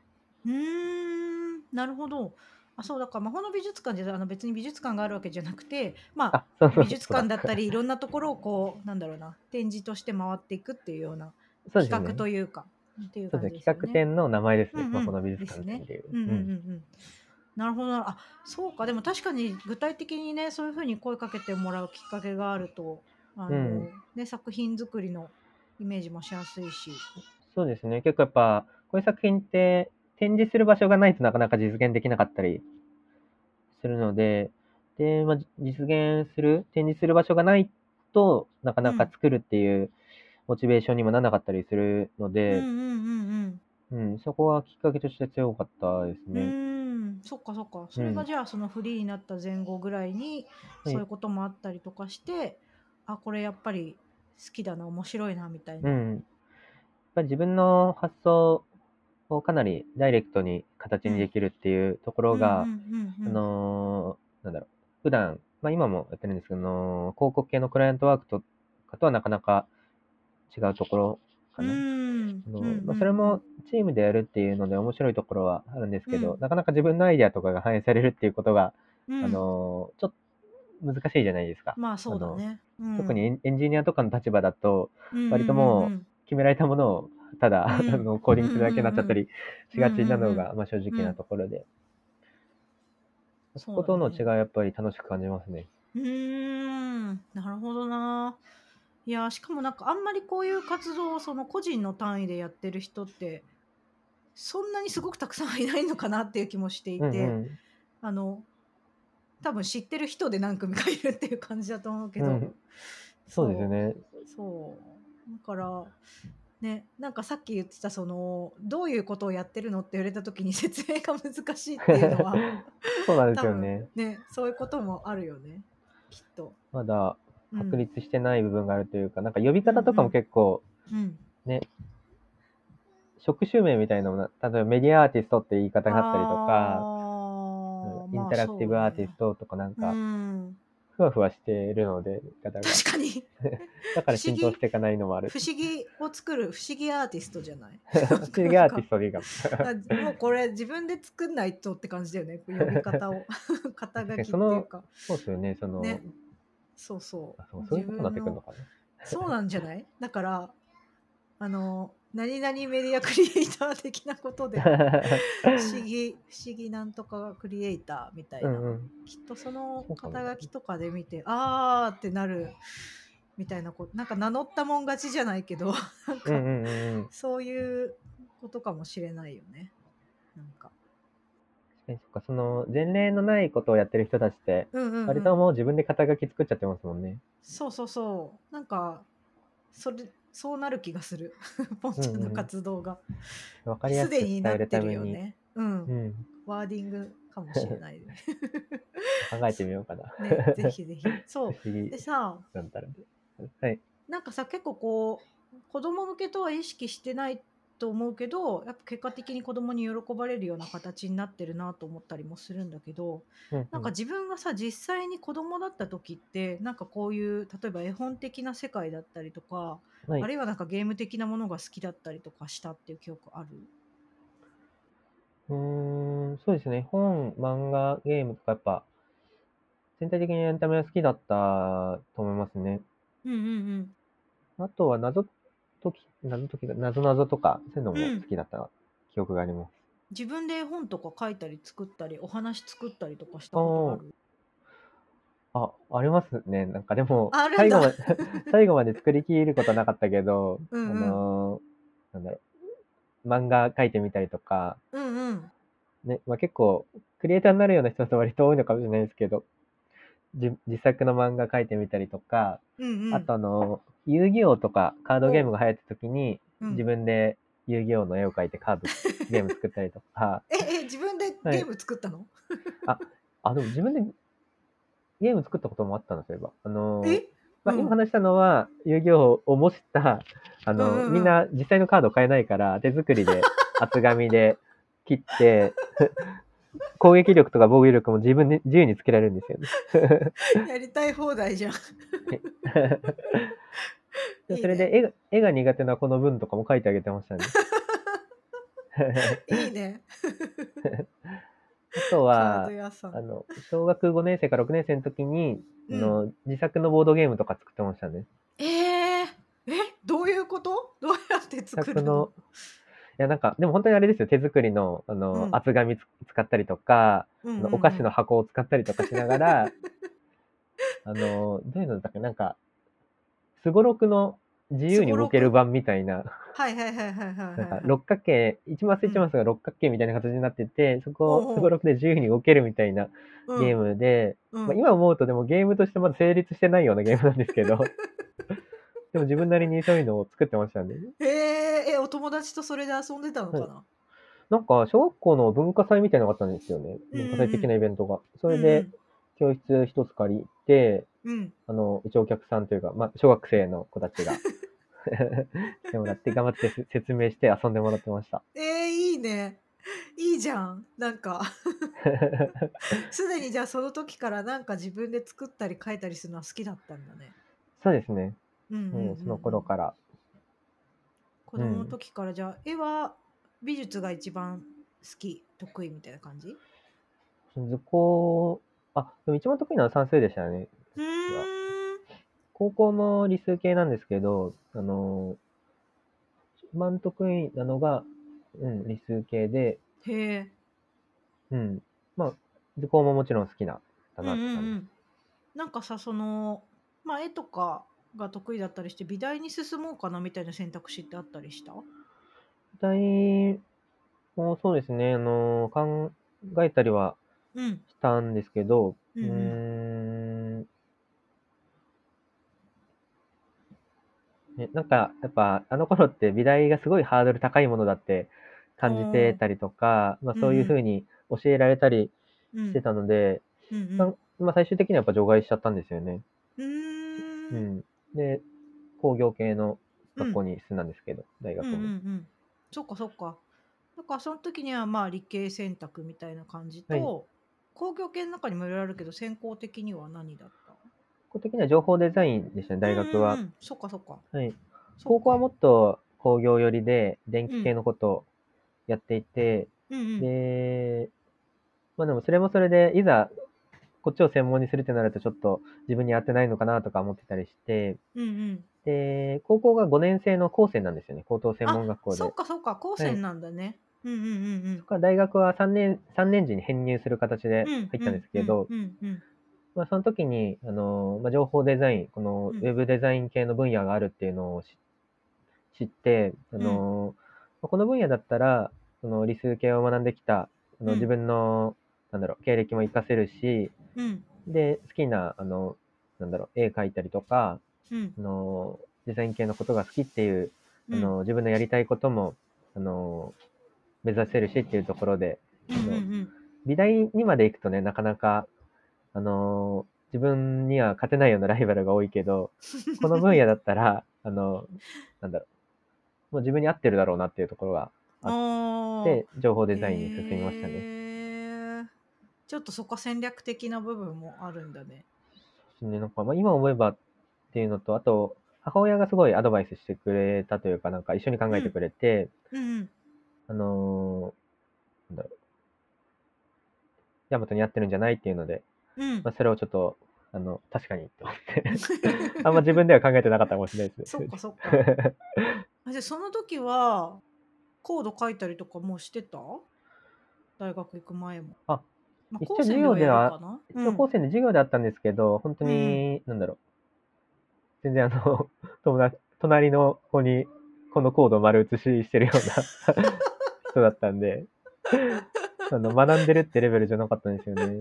Speaker 1: うーんなるほど。あそうだから魔法の美術館であの別に美術館があるわけじゃなくて、まあ、
Speaker 2: あ、そうそう
Speaker 1: 美術館だったりいろんなところをこうなんだろうな展示として回っていくっていうような
Speaker 2: そうで
Speaker 1: 企
Speaker 2: すね
Speaker 1: 画というかっていう
Speaker 2: そう
Speaker 1: 感
Speaker 2: で
Speaker 1: じで
Speaker 2: すね
Speaker 1: すよね
Speaker 2: 企画。展の名前ですね、
Speaker 1: うんうん
Speaker 2: まあこの美術館っていう。
Speaker 1: うんうんうんう
Speaker 2: うん
Speaker 1: んなるほどなあそうかでも確かに具体的にねそういうふうに声かけてもらうきっかけがあるとあの、
Speaker 2: うん
Speaker 1: ね、作品作りのイメージもしやすいし、
Speaker 2: そうですね、結構やっぱ、こういう作品って展示する場所がないとなかなか実現できなかったりするので、で、まあ、じ実現する、展示する場所がないとなかなか作るっていうモチベーションにもならなかったりするの
Speaker 1: うん
Speaker 2: で、
Speaker 1: うんうんうん
Speaker 2: うん、そこはきっかけとして強かったです
Speaker 1: う
Speaker 2: ね。
Speaker 1: ーんそっかそっかそれがじゃあそのフリーになった前後ぐらいにそ
Speaker 2: はいう
Speaker 1: いうこともあったりとかして、あこれやっぱり好きだな面白いなみたいうな、
Speaker 2: ん。やっぱり自分の発想をかなりダイレクトに形にできるっていうところが、
Speaker 1: うんうんうん
Speaker 2: あ
Speaker 1: うん
Speaker 2: のーなんだろう、普段、まあ今もやってるんですけど、あのー広告系のクライアントワークとかとはなかなか違うところか
Speaker 1: う
Speaker 2: な。
Speaker 1: ん
Speaker 2: あの
Speaker 1: うんうん
Speaker 2: まあ、それもチームでやるっていうので面白いところはあるんですけど、
Speaker 1: うん
Speaker 2: なかなか自分のアイデアとかが反映されるっていうことが、
Speaker 1: うん
Speaker 2: あのーちょっと難しいじゃないですか。
Speaker 1: まあそうだね、うん
Speaker 2: 特にエンエンジニアとかの立場だと、割と
Speaker 1: ん
Speaker 2: もうん
Speaker 1: んん
Speaker 2: 決められたものをただ、
Speaker 1: うん
Speaker 2: あのコーディングするだけになっちゃったりしがちなの
Speaker 1: うんうん
Speaker 2: が、まあ、正直なところで、そ
Speaker 1: そうだね
Speaker 2: ことの違いはやっぱり楽しく感じますね。
Speaker 1: うーんなるほどな。いやしかもなんかあんまりこういう活動をその個人の単位でやってる人ってそんなにすごくたくさんはいないのかなっていう気もしていて、
Speaker 2: うんうん
Speaker 1: あの多分知ってる人で何組かいるっていう感じだと思うけど、
Speaker 2: うんそうですよね。
Speaker 1: そうだからねなんかさっき言ってたそのどういうことをやってるのって言われた時に説明が難しいっていうのは
Speaker 2: そうなんで
Speaker 1: 多
Speaker 2: すよ
Speaker 1: 分
Speaker 2: ね。
Speaker 1: ねそういうこともあるよねきっと。
Speaker 2: まだ
Speaker 1: うん
Speaker 2: 確立してない部分があるというか、なんか呼び方とかも結構、
Speaker 1: うん
Speaker 2: 職種名みたいなもの、例えばメディアアーティストって言い方があったりとか、
Speaker 1: あー
Speaker 2: うんインタラクティブアーティス
Speaker 1: まあ
Speaker 2: トとかなん
Speaker 1: そうね
Speaker 2: か、
Speaker 1: うん
Speaker 2: ふわふわしてるので、言い方が。
Speaker 1: 確かに
Speaker 2: だから浸透していかないのもある。
Speaker 1: 不思議を作る不思議アーティストじゃ ない
Speaker 2: 不思議アーティストでいいかも。
Speaker 1: あもうこれ自分で作んないとって感じだよね呼び方 を肩書きって
Speaker 2: そ
Speaker 1: いう
Speaker 2: の
Speaker 1: か
Speaker 2: そうですよね、その、
Speaker 1: ねそうそう
Speaker 2: あそうそういうことになってくるのかな。
Speaker 1: 自分のそうなんじゃないだからあの何々メディアクリエイター的なことで不思議不思議なんとかがクリエイターみたいうな、
Speaker 2: んうん。
Speaker 1: きっとその
Speaker 2: そうかも
Speaker 1: 肩書きとかで見てあーってなるみたいなことなんか名乗ったもん勝ちじゃないけど なん
Speaker 2: う
Speaker 1: か、
Speaker 2: んうんうんうん。
Speaker 1: そういうことかもしれないよねなんか
Speaker 2: 確かにそっか、その、前例のないことをやってる人たちって、
Speaker 1: うんうん、う
Speaker 2: 割
Speaker 1: ん、
Speaker 2: ともう自分で肩書き作っちゃってますもんね。
Speaker 1: そうそうそうなんかそれそうなる気がする ポンちゃんの活動が
Speaker 2: わかりや
Speaker 1: す
Speaker 2: すく
Speaker 1: で、
Speaker 2: 伝
Speaker 1: にな
Speaker 2: え
Speaker 1: っ
Speaker 2: る
Speaker 1: て
Speaker 2: た
Speaker 1: る
Speaker 2: め
Speaker 1: よ
Speaker 2: に。
Speaker 1: ねうん、
Speaker 2: うん。
Speaker 1: ワーディングかもしれないね
Speaker 2: 考えてみようかな。
Speaker 1: ね ぜひぜひそ
Speaker 2: 不
Speaker 1: う
Speaker 2: 思議
Speaker 1: でさ
Speaker 2: なんたらで。はい。
Speaker 1: なんかさ結構こう子供向けとは意識してないと思うけどやっぱ結果的に子供に喜ばれるような形になってるなと思ったりもするんだけど
Speaker 2: うん
Speaker 1: なんか自分がさ実際に子供だった時ってなんかこういう例えば絵本的な世界だったりとか、
Speaker 2: はい
Speaker 1: あるいはなんかゲーム的なものが好きだったりとかしたっていう記憶ある
Speaker 2: うーん、そうですね。本、漫画、ゲームとかやっぱ、全体的にエンタメは好きだったと思いますね。
Speaker 1: うんうん
Speaker 2: あとは謎解き、謎解きが、謎謎とか、そういうのも好きだった記憶があります。
Speaker 1: 自分で絵本とか書いたり作ったりお話作ったりとかしたことある
Speaker 2: あ、ありますね。なんかでも
Speaker 1: あ、るん
Speaker 2: 最後
Speaker 1: だ
Speaker 2: まで、 最後まで作りきることはなかったけど、
Speaker 1: うんうん
Speaker 2: あのーなんだろう、漫画書いてみたりとか、
Speaker 1: うんうん
Speaker 2: ね、まあ、結構、クリエイターになるような人って割と多いのかもしれないですけど、じ自作の漫画書いてみたりとか、
Speaker 1: うんうん
Speaker 2: あとあの、遊戯王とかカードゲームが流行った時に、
Speaker 1: うん
Speaker 2: 自分で遊戯王の絵を描いてカード、ゲーム作ったりとか、
Speaker 1: ええ自分で
Speaker 2: はい
Speaker 1: ゲーム作ったの、
Speaker 2: あ、でも自分でゲーム作ったこともあったんですよ、今。あのー
Speaker 1: え
Speaker 2: まあ、
Speaker 1: うん
Speaker 2: 今話したのは、遊戯王を模した、あの、
Speaker 1: うんうんうん
Speaker 2: みんな実際のカード買えないから、手 作りで、厚紙で切って、 攻撃力とか防御力も自分で自由につけられるんですよね。
Speaker 1: やりたい放題 じゃん いいね
Speaker 2: でそれで絵が絵が苦手なこの文とかも書いてあげてまし たね。
Speaker 1: いいね
Speaker 2: あと
Speaker 1: カー
Speaker 2: は
Speaker 1: ド、屋さん
Speaker 2: あの、小学5年生から6年生の時に、
Speaker 1: うん
Speaker 2: あの自作のボードゲームとか作ってましたね。
Speaker 1: えー、えどういうことどうやって
Speaker 2: 自
Speaker 1: 作
Speaker 2: 作
Speaker 1: るの
Speaker 2: の、いやなんか、でも本当にあれですよ、手作りの、あの、
Speaker 1: うん
Speaker 2: 厚紙つ使ったりとか、
Speaker 1: うんう
Speaker 2: あ
Speaker 1: んう
Speaker 2: の
Speaker 1: ん
Speaker 2: お菓子の箱を使ったりとかしな がら、あの、どういうのだったかな、なんか、すごろくの自由に動ける版みたいな、
Speaker 1: はいはいはいはいはいはい
Speaker 2: なんか
Speaker 1: はい
Speaker 2: 六角形、一マス一マスが六角形みたいな形になってて、そこ
Speaker 1: おうおう
Speaker 2: をすごろくで自由に動けるみたいな
Speaker 1: うん
Speaker 2: ゲームで、
Speaker 1: うん
Speaker 2: まあ、今思うとでもゲームとしてまだ成立してないようなゲームなんです けど、でも自分なりにそういうのを作ってましたね。
Speaker 1: えー、えお友達とそれで遊んでたのかな、
Speaker 2: なんか、小学校の文化祭みたいなのがあったんですよね。文化祭的なイベントが。それで、教室一つ借りて、
Speaker 1: うんうん、うん
Speaker 2: あの、一応お客さんというか、まあ、小学生の子たちが来てもらって、頑張ってせ説明して遊んでもらってました。
Speaker 1: えー、いいねいいじゃんなんかすでにじゃあその時からなんか自分で作ったり書いたりするのは好きだったんだね
Speaker 2: そうですね。
Speaker 1: うん
Speaker 2: う
Speaker 1: うんうん
Speaker 2: ん、その頃から。
Speaker 1: 子供の時からじゃあ絵は美術が一番好き得意みたいな感じう
Speaker 2: 図工、あ、でも一番得意なのは算数でしたね。
Speaker 1: ーん
Speaker 2: 高校も理数系なんですけど、あのー、一番得意なのが、うん、理数系で、
Speaker 1: へえ
Speaker 2: うん。まあ、図工ももちろん好きな、
Speaker 1: うん
Speaker 2: だ
Speaker 1: う
Speaker 2: なって
Speaker 1: んう
Speaker 2: 感じ。
Speaker 1: んなんかさそのまあ絵とかが得意だったりして美大に進もうかなみたいな選択肢ってあったりした
Speaker 2: 大もそうですね、あのー、考えたりは
Speaker 1: うん
Speaker 2: したんですけど、
Speaker 1: う
Speaker 2: うんー、
Speaker 1: うん
Speaker 2: んね、なんか、やっぱ、あの頃って美大がすごいハードル高いものだって感じてたりとか、まあ、そういうふうに教えられたり
Speaker 1: うん
Speaker 2: してたので、
Speaker 1: うんうん
Speaker 2: まあまあ、最終的にはやっぱ除外しちゃったんですよね。
Speaker 1: うー
Speaker 2: うんん。で、工業系の学校に進んだんですけど、大学
Speaker 1: うんうんう
Speaker 2: に。
Speaker 1: んそっかそっかだからその時にはまあ理系選択みたいな感じと、
Speaker 2: はい
Speaker 1: 工業系の中にもいろいろあるけど専攻的には何だった
Speaker 2: 個的には情報デザインでしたね、大学は。
Speaker 1: うんうんうんそっかそっか
Speaker 2: はい。
Speaker 1: そっ
Speaker 2: 高校はも
Speaker 1: っ
Speaker 2: っと工業寄りで、電気系のことをやっていて、
Speaker 1: うんうん
Speaker 2: で、まあでもそれもそれで、いざ、こっちを専門にするってなると、ちょっと自分に合ってないのかなとか思ってたりして、
Speaker 1: うん
Speaker 2: で、高校が5年生の高専なんですよね、高等専門学
Speaker 1: う
Speaker 2: 校
Speaker 1: ん
Speaker 2: で。
Speaker 1: そっかそっか高専なんだね、うんうんうん
Speaker 2: 僕は大学は3年、3年時に編入する形で
Speaker 1: うんうん
Speaker 2: 入ったんですけど、
Speaker 1: うんうん
Speaker 2: まあその時に、あの、まあ、情報デザイン、この
Speaker 1: う
Speaker 2: ウ
Speaker 1: ん
Speaker 2: ェブデザイン系の分野があるっていうのを知知って、あの、まあこの分野だったら、その理数系を学んできた、あ
Speaker 1: う
Speaker 2: の
Speaker 1: ん
Speaker 2: 自分の、なんだろう、経歴も活かせるし、
Speaker 1: うん
Speaker 2: で、好きな、あの、なんだろう、絵描いたりとか、
Speaker 1: うん
Speaker 2: あの、デザイン系のことが好きっていう、
Speaker 1: うん
Speaker 2: あの、自分のやりたいことも、あの、目指せるしっていうところで、
Speaker 1: うんうんうん
Speaker 2: 美大にまで行くとね、なかなか、あのー自分には勝 てないようなライバルが多いけど、この分野だったら、あのなんだろう、もう自分に合ってるだろうなっていうところがあ
Speaker 1: あ
Speaker 2: あっ
Speaker 1: ー
Speaker 2: て、情報デザインに進みました
Speaker 1: へ
Speaker 2: ね。
Speaker 1: ーちょっとそこ戦略的な部分もあるんだね。
Speaker 2: ねなんかまあ、今思えばっていうのと、あと、母親がすごいアドバイスしてくれたというか、なんか一緒に考えてくれて、
Speaker 1: うんうん。
Speaker 2: あのー、なんだろう。ヤマトに合ってるんじゃないっていうので、
Speaker 1: うん
Speaker 2: まあ、それをちょっと、あの、確かにと思って。あんま自分では考えてなかったかもしれないで す
Speaker 1: そ
Speaker 2: ね
Speaker 1: っ。かそっ か。
Speaker 2: え
Speaker 1: あじゃあその時はコード書いたりとかもうしてた大学行く前も。
Speaker 2: あ
Speaker 1: まあ、
Speaker 2: 一応
Speaker 1: 高専ではやるかな
Speaker 2: 一応高専で授業であったんですけど、本当に、なんだろう。全然あの、 友達、隣の子に、このコードを丸写ししてるよ うな人だったんで、あの学んでるってレベルじゃなかったんですよね。
Speaker 1: うん、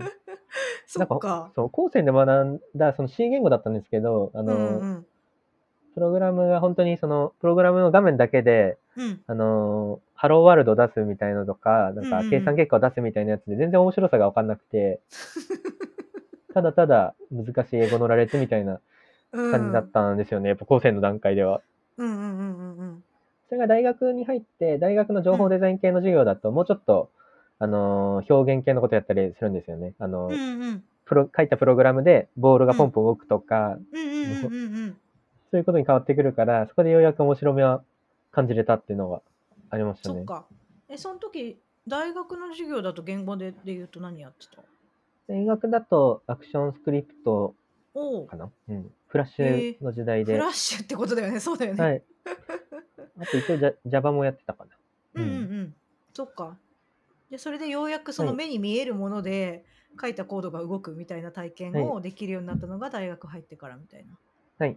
Speaker 1: そっ
Speaker 2: なん
Speaker 1: か。
Speaker 2: そう、高専で学んだ、その C 言語だったんですけど、あ
Speaker 1: う
Speaker 2: の、
Speaker 1: んうん
Speaker 2: プログラムが本当にその、プログラムの画面だけで、
Speaker 1: うん、
Speaker 2: あのーハローワールド出すみたいのとか、なん
Speaker 1: うんう
Speaker 2: か
Speaker 1: んうん
Speaker 2: 計算結果を出すみたいなやつで全然面白さが分かんなく て、ただただ難しい英語の羅列みたいな
Speaker 1: うん、
Speaker 2: 感じだったんですよね、やっぱ高専の段階では。
Speaker 1: うんうんうんうんうん
Speaker 2: それが大学に入って、大学の情報デザイン系の授業だと、もうちょっと、あのー表現系のことやったりするんですよね。あのー
Speaker 1: うんうん
Speaker 2: プロ書いたプログラムでボールがポンポン動くとか、
Speaker 1: うんうんうんうん
Speaker 2: そういうことに変わってくるから、そこでようやく面白みは感じれたっていうのがありました
Speaker 1: そっ
Speaker 2: ね。
Speaker 1: かえその時大学の授業だと言語でで言うと何やってた
Speaker 2: 大学だとアクションスクリプト
Speaker 1: おお
Speaker 2: かな、うん、フラッシュの時代
Speaker 1: フ
Speaker 2: で、
Speaker 1: ラッシュってことだよねそうだよね、
Speaker 2: はい あと一応ジャ Java もやってたかな
Speaker 1: うんうんう
Speaker 2: うん
Speaker 1: んそっかでそれでようやくその
Speaker 2: はい
Speaker 1: 目に見えるもので書いたコードが動くみたいな体験をできるようになったのが大学入ってからみたいな
Speaker 2: はい、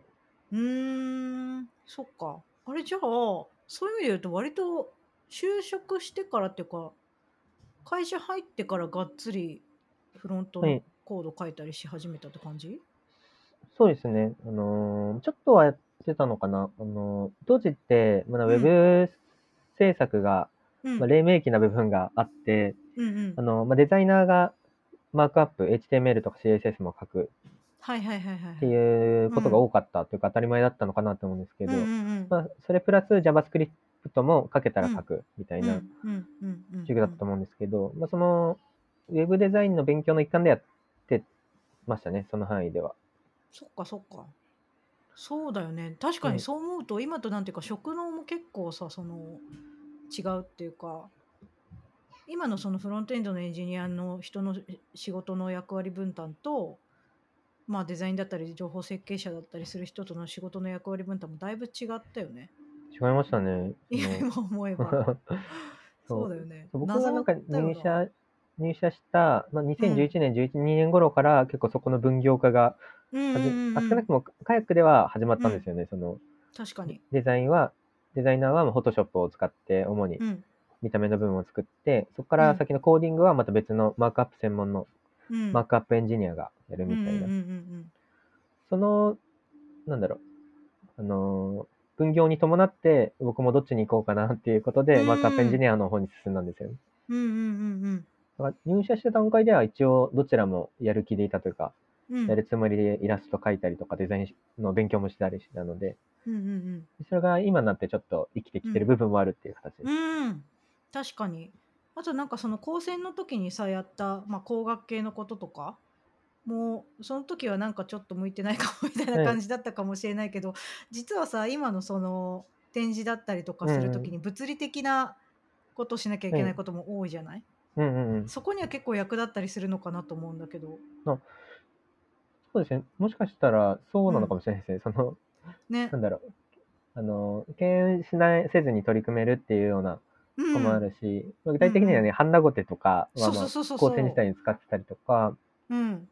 Speaker 1: うーんそっかあれじゃあそういう意味で言うと割と就職してからっていうか会社入ってからがっつりフロント
Speaker 2: は
Speaker 1: の
Speaker 2: い
Speaker 1: コード書いたりし始めたって感じ、
Speaker 2: そうですね、あのーちょっとはやってたのかな、あのー当時ってまだウェブ制作が、
Speaker 1: うん
Speaker 2: まあ、黎明期な部分があって、
Speaker 1: うんうん
Speaker 2: あのーまあ、デザイナーがマークアップ HTML とか CSS も書く
Speaker 1: はいはいはいはい
Speaker 2: っていうことが多かったというか当たり前だったのかなと思うんですけ
Speaker 1: うん
Speaker 2: ど、
Speaker 1: うんうん
Speaker 2: まあ、それプラス JavaScript も書けたら書くみたい
Speaker 1: う
Speaker 2: な、
Speaker 1: んうんうんうんうん
Speaker 2: 授業だったと思うんですけど、まあ、そのウェブデザインの勉強の一環でやってましたね、その範囲では。
Speaker 1: そっかそっか。そうだよね。確か
Speaker 2: う
Speaker 1: に
Speaker 2: ん
Speaker 1: そう思うと、今となんていうか職能も結構さ、その違うっていうか、今のそのフロントエンドのエンジニアの人のえ仕事の役割分担と、まあデザインだったり情報設計者だったりする人との仕事の役割分担もだいぶ違ったよね。
Speaker 2: 違いましたね。その
Speaker 1: 今思えば。
Speaker 2: そう
Speaker 1: そうだよね。
Speaker 2: 僕がなんか入
Speaker 1: 謎だよ
Speaker 2: 社入社した、まあ、2011年、11年頃から結構そこの分業化が
Speaker 1: なうん
Speaker 2: 始、
Speaker 1: うんうん
Speaker 2: あ少なくともカヤックでは始まったんですよね、その
Speaker 1: 確かに。
Speaker 2: デザインは、デザイナーはもうフォトショップを使って主に
Speaker 1: うん
Speaker 2: 見た目の部分を作って、そこから先のコーディングはまた別のマークアップ専門の
Speaker 1: うん。
Speaker 2: マークアップエンジニアがやるみたいな。
Speaker 1: うんうんうん
Speaker 2: その、なんだろう、あのー分業に伴って、僕もどっちに行こうかなっていうことで、
Speaker 1: うん
Speaker 2: マークアップエンジニアの方に進んだんですよね。
Speaker 1: うんうんうんうん
Speaker 2: だから入社した段階では一応どちらもやる気でいたというか、
Speaker 1: うんうん
Speaker 2: やるつもりでイラスト描いたりとかデザインの勉強もしたりしたので、
Speaker 1: うんうんうん
Speaker 2: それが今になってちょっと生きてきてる部分もあるっていう形です。
Speaker 1: うん確かにあとなんかその高専の時にさやった、まあ、工学系のこととかもうその時はなんかちょっと向いてないかもみたい
Speaker 2: は
Speaker 1: ない感じだったかもしれないけど、実はさ今のその展示だったりとかする時に物理的なことをしなきゃいけな
Speaker 2: はいい
Speaker 1: ことも多いじゃない、
Speaker 2: うんうんうん。
Speaker 1: そこには結構役立ったりするのかなと思うんだけど
Speaker 2: そうですね。もしかしたらそうなのかもしれないですね。その、
Speaker 1: ね
Speaker 2: なんだろう。あのー、敬遠しない、せずに取り組めるっていうような
Speaker 1: うん
Speaker 2: とかもあるし、まあ具体的にはね、ハンダゴテとか
Speaker 1: そ
Speaker 2: は、
Speaker 1: う
Speaker 2: ま
Speaker 1: そう
Speaker 2: あ、
Speaker 1: そうそうそ
Speaker 2: 構
Speaker 1: う
Speaker 2: 成自体に使ってたりとか、
Speaker 1: うん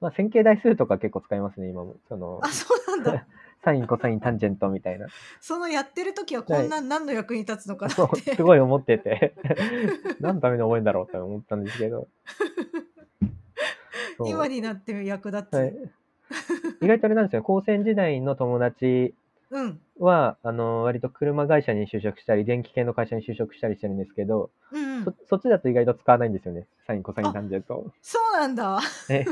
Speaker 2: まあ、線形代数とか結構使いますね、今も。その
Speaker 1: あ、そうなんだ
Speaker 2: サイン、コサイン、タンジェントみたいな。
Speaker 1: そのやってる時はこんなん何の役に立つのかな
Speaker 2: そう
Speaker 1: って
Speaker 2: すごい思っ てて、何のために覚えるんだろうって思ったんですけど。そ う
Speaker 1: 今になって役立つ、
Speaker 2: はい、意外とあれなんですよ、高専時代の友達
Speaker 1: うん
Speaker 2: は、あの割と車会社に就職したり、電気系の会社に就職したりしてるんですけど、
Speaker 1: うんうん
Speaker 2: そそっちだと意外と使わないんですよね、サイン、コサイン、タンジェント。
Speaker 1: そうなんだ。
Speaker 2: ね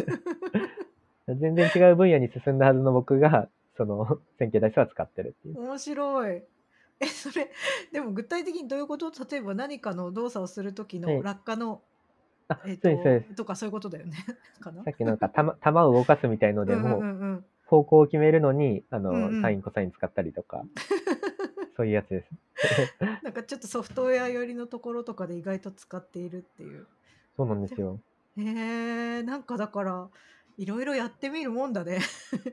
Speaker 2: 全然違う分野に進んだはずの僕が、その、線形代数は使ってるっていう。
Speaker 1: 面白い。えそれでも具体的にどういうこと例えば何かの動作をする時
Speaker 2: は
Speaker 1: の
Speaker 2: い
Speaker 1: 落下の、
Speaker 2: あ、
Speaker 1: えっ
Speaker 2: そうです、そうです。
Speaker 1: ととかそういうことだよねかな
Speaker 2: さっきなん か玉、玉を動かすみたいの
Speaker 1: う
Speaker 2: で
Speaker 1: んうんう
Speaker 2: も、
Speaker 1: んうん
Speaker 2: 方向を決めるのに、あ
Speaker 1: うんう
Speaker 2: の、
Speaker 1: ん
Speaker 2: サイン、コサイン使ったり とか、そういうやつです。
Speaker 1: なんかちょっとソフトウェア寄りのところとかで意外と使っているっていう
Speaker 2: そうなんですよ。
Speaker 1: へえなんかだからいろいろやってみるもんだね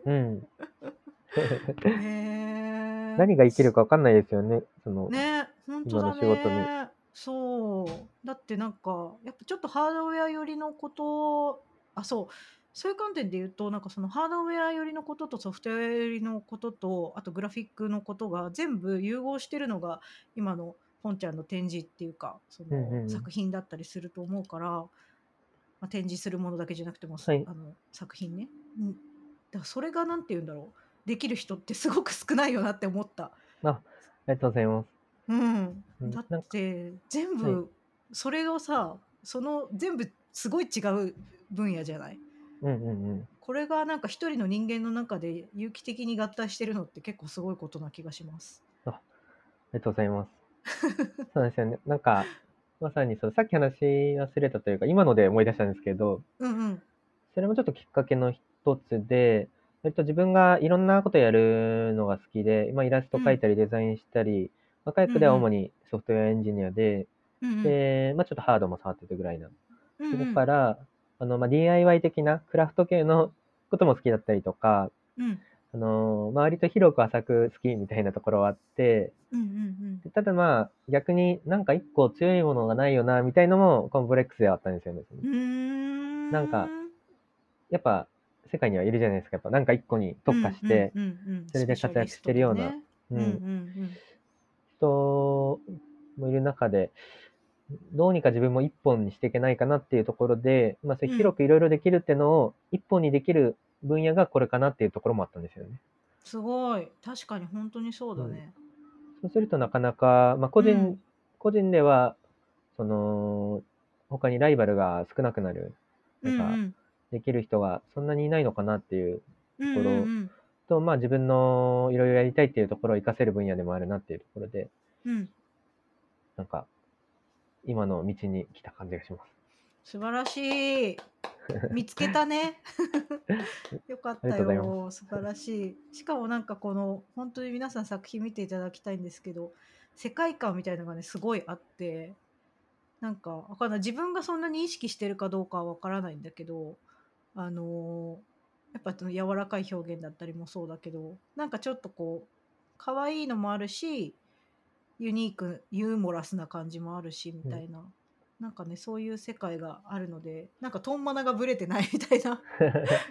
Speaker 2: うん。
Speaker 1: へえ
Speaker 2: 何が生きるか分かんないですよね。その、
Speaker 1: ね本当だ
Speaker 2: 今の仕事に
Speaker 1: ねそうだってなんかやっぱちょっとハードウェア寄りのことをあそうそういう観点で言うとなんかそのハードウェア寄りのこととソフトウェア寄りのこととあとグラフィックのことが全部融合してるのが今の本ちゃんの展示っていうかそ
Speaker 2: うんう
Speaker 1: の
Speaker 2: んうん
Speaker 1: 作品だったりすると思うから、まあ、展示するものだけじゃなくても、
Speaker 2: はい
Speaker 1: あの作品ね。うんだからそれがなんて言うんだろうできる人ってすごく少ないよなって思った。
Speaker 2: ありがとうございます。
Speaker 1: うん、
Speaker 2: うん
Speaker 1: だ
Speaker 2: なん
Speaker 1: っ
Speaker 2: か
Speaker 1: て全
Speaker 2: はい
Speaker 1: 部それをさその全部すごい違う分野じゃない
Speaker 2: うんうんうん。
Speaker 1: これがなんか一人の人間の中で有機的に合体してるのって結構すごいことな気がします。
Speaker 2: ありがとうござ います。そうなんですよね。なんか、まさにそのさっき話忘れたというか、今ので思い出したんですけど、
Speaker 1: うんうん
Speaker 2: それもちょっときっかけの一つで、割と自分がいろんなことやるのが好きで、今イラスト描いたりデザインしたり、まあ、カヤックでは主にソフトウェアエンジニアで、
Speaker 1: うんうん
Speaker 2: で、まあ、ちょっとハードも触ってるぐらいな。
Speaker 1: うん
Speaker 2: そ
Speaker 1: うん
Speaker 2: こから、あの、まあ、DIY 的なクラフト系のことも好きだったりとか、
Speaker 1: うん
Speaker 2: あのまあ、割と広く浅く好きみたいなところはあって、
Speaker 1: うんうん
Speaker 2: でただまあ逆になんか一個強いものがないよなみたいのもコンプレックスではあったんですよね。
Speaker 1: うんうーん
Speaker 2: なんかやっぱ世界にはいるじゃないですか。やっぱなんか一個に特化して、
Speaker 1: うんうんうん
Speaker 2: それで活躍してるような
Speaker 1: スペシャリスト
Speaker 2: う
Speaker 1: とかねうん
Speaker 2: ん
Speaker 1: うん
Speaker 2: 人もいる中で、どうにか自分も一本にしていけないかなっていうところで、まあそういう広くいろいろできるっていうのを一本にできる分野がこれかなっていうところもあったんですよね。
Speaker 1: すごい確かに本当にそうだね。
Speaker 2: そうするとなかなか、まあ個人、
Speaker 1: うん
Speaker 2: 個人では、その、他にライバルが少なくなる。なんか、
Speaker 1: うん
Speaker 2: できる人がそんなにいないのかなっていう
Speaker 1: うん
Speaker 2: ところ
Speaker 1: うんうん
Speaker 2: と、まあ自分のいろいろやりたいっていうところを活かせる分野でもあるなっていうところで、
Speaker 1: うんうん
Speaker 2: なんか、今の道に来た感じがします。
Speaker 1: 素晴らしい 見つけたね よかっ
Speaker 2: あり
Speaker 1: た
Speaker 2: がとうござい
Speaker 1: よ素晴らしいしかもなんかこの本当に皆さん作品見ていただきたいんですけど世界観みたいのがねすごいあってなんかわかんない自分がそんなに意識してるかどうかはわからないんだけどあのーやっぱその柔らかい表現だったりもそうだけどなんかちょっとこう可愛いのもあるしユニークユーモラスな感じもあるしみたいな、なんかねそういう世界があるのでなんかトンマナがぶれてないみたいな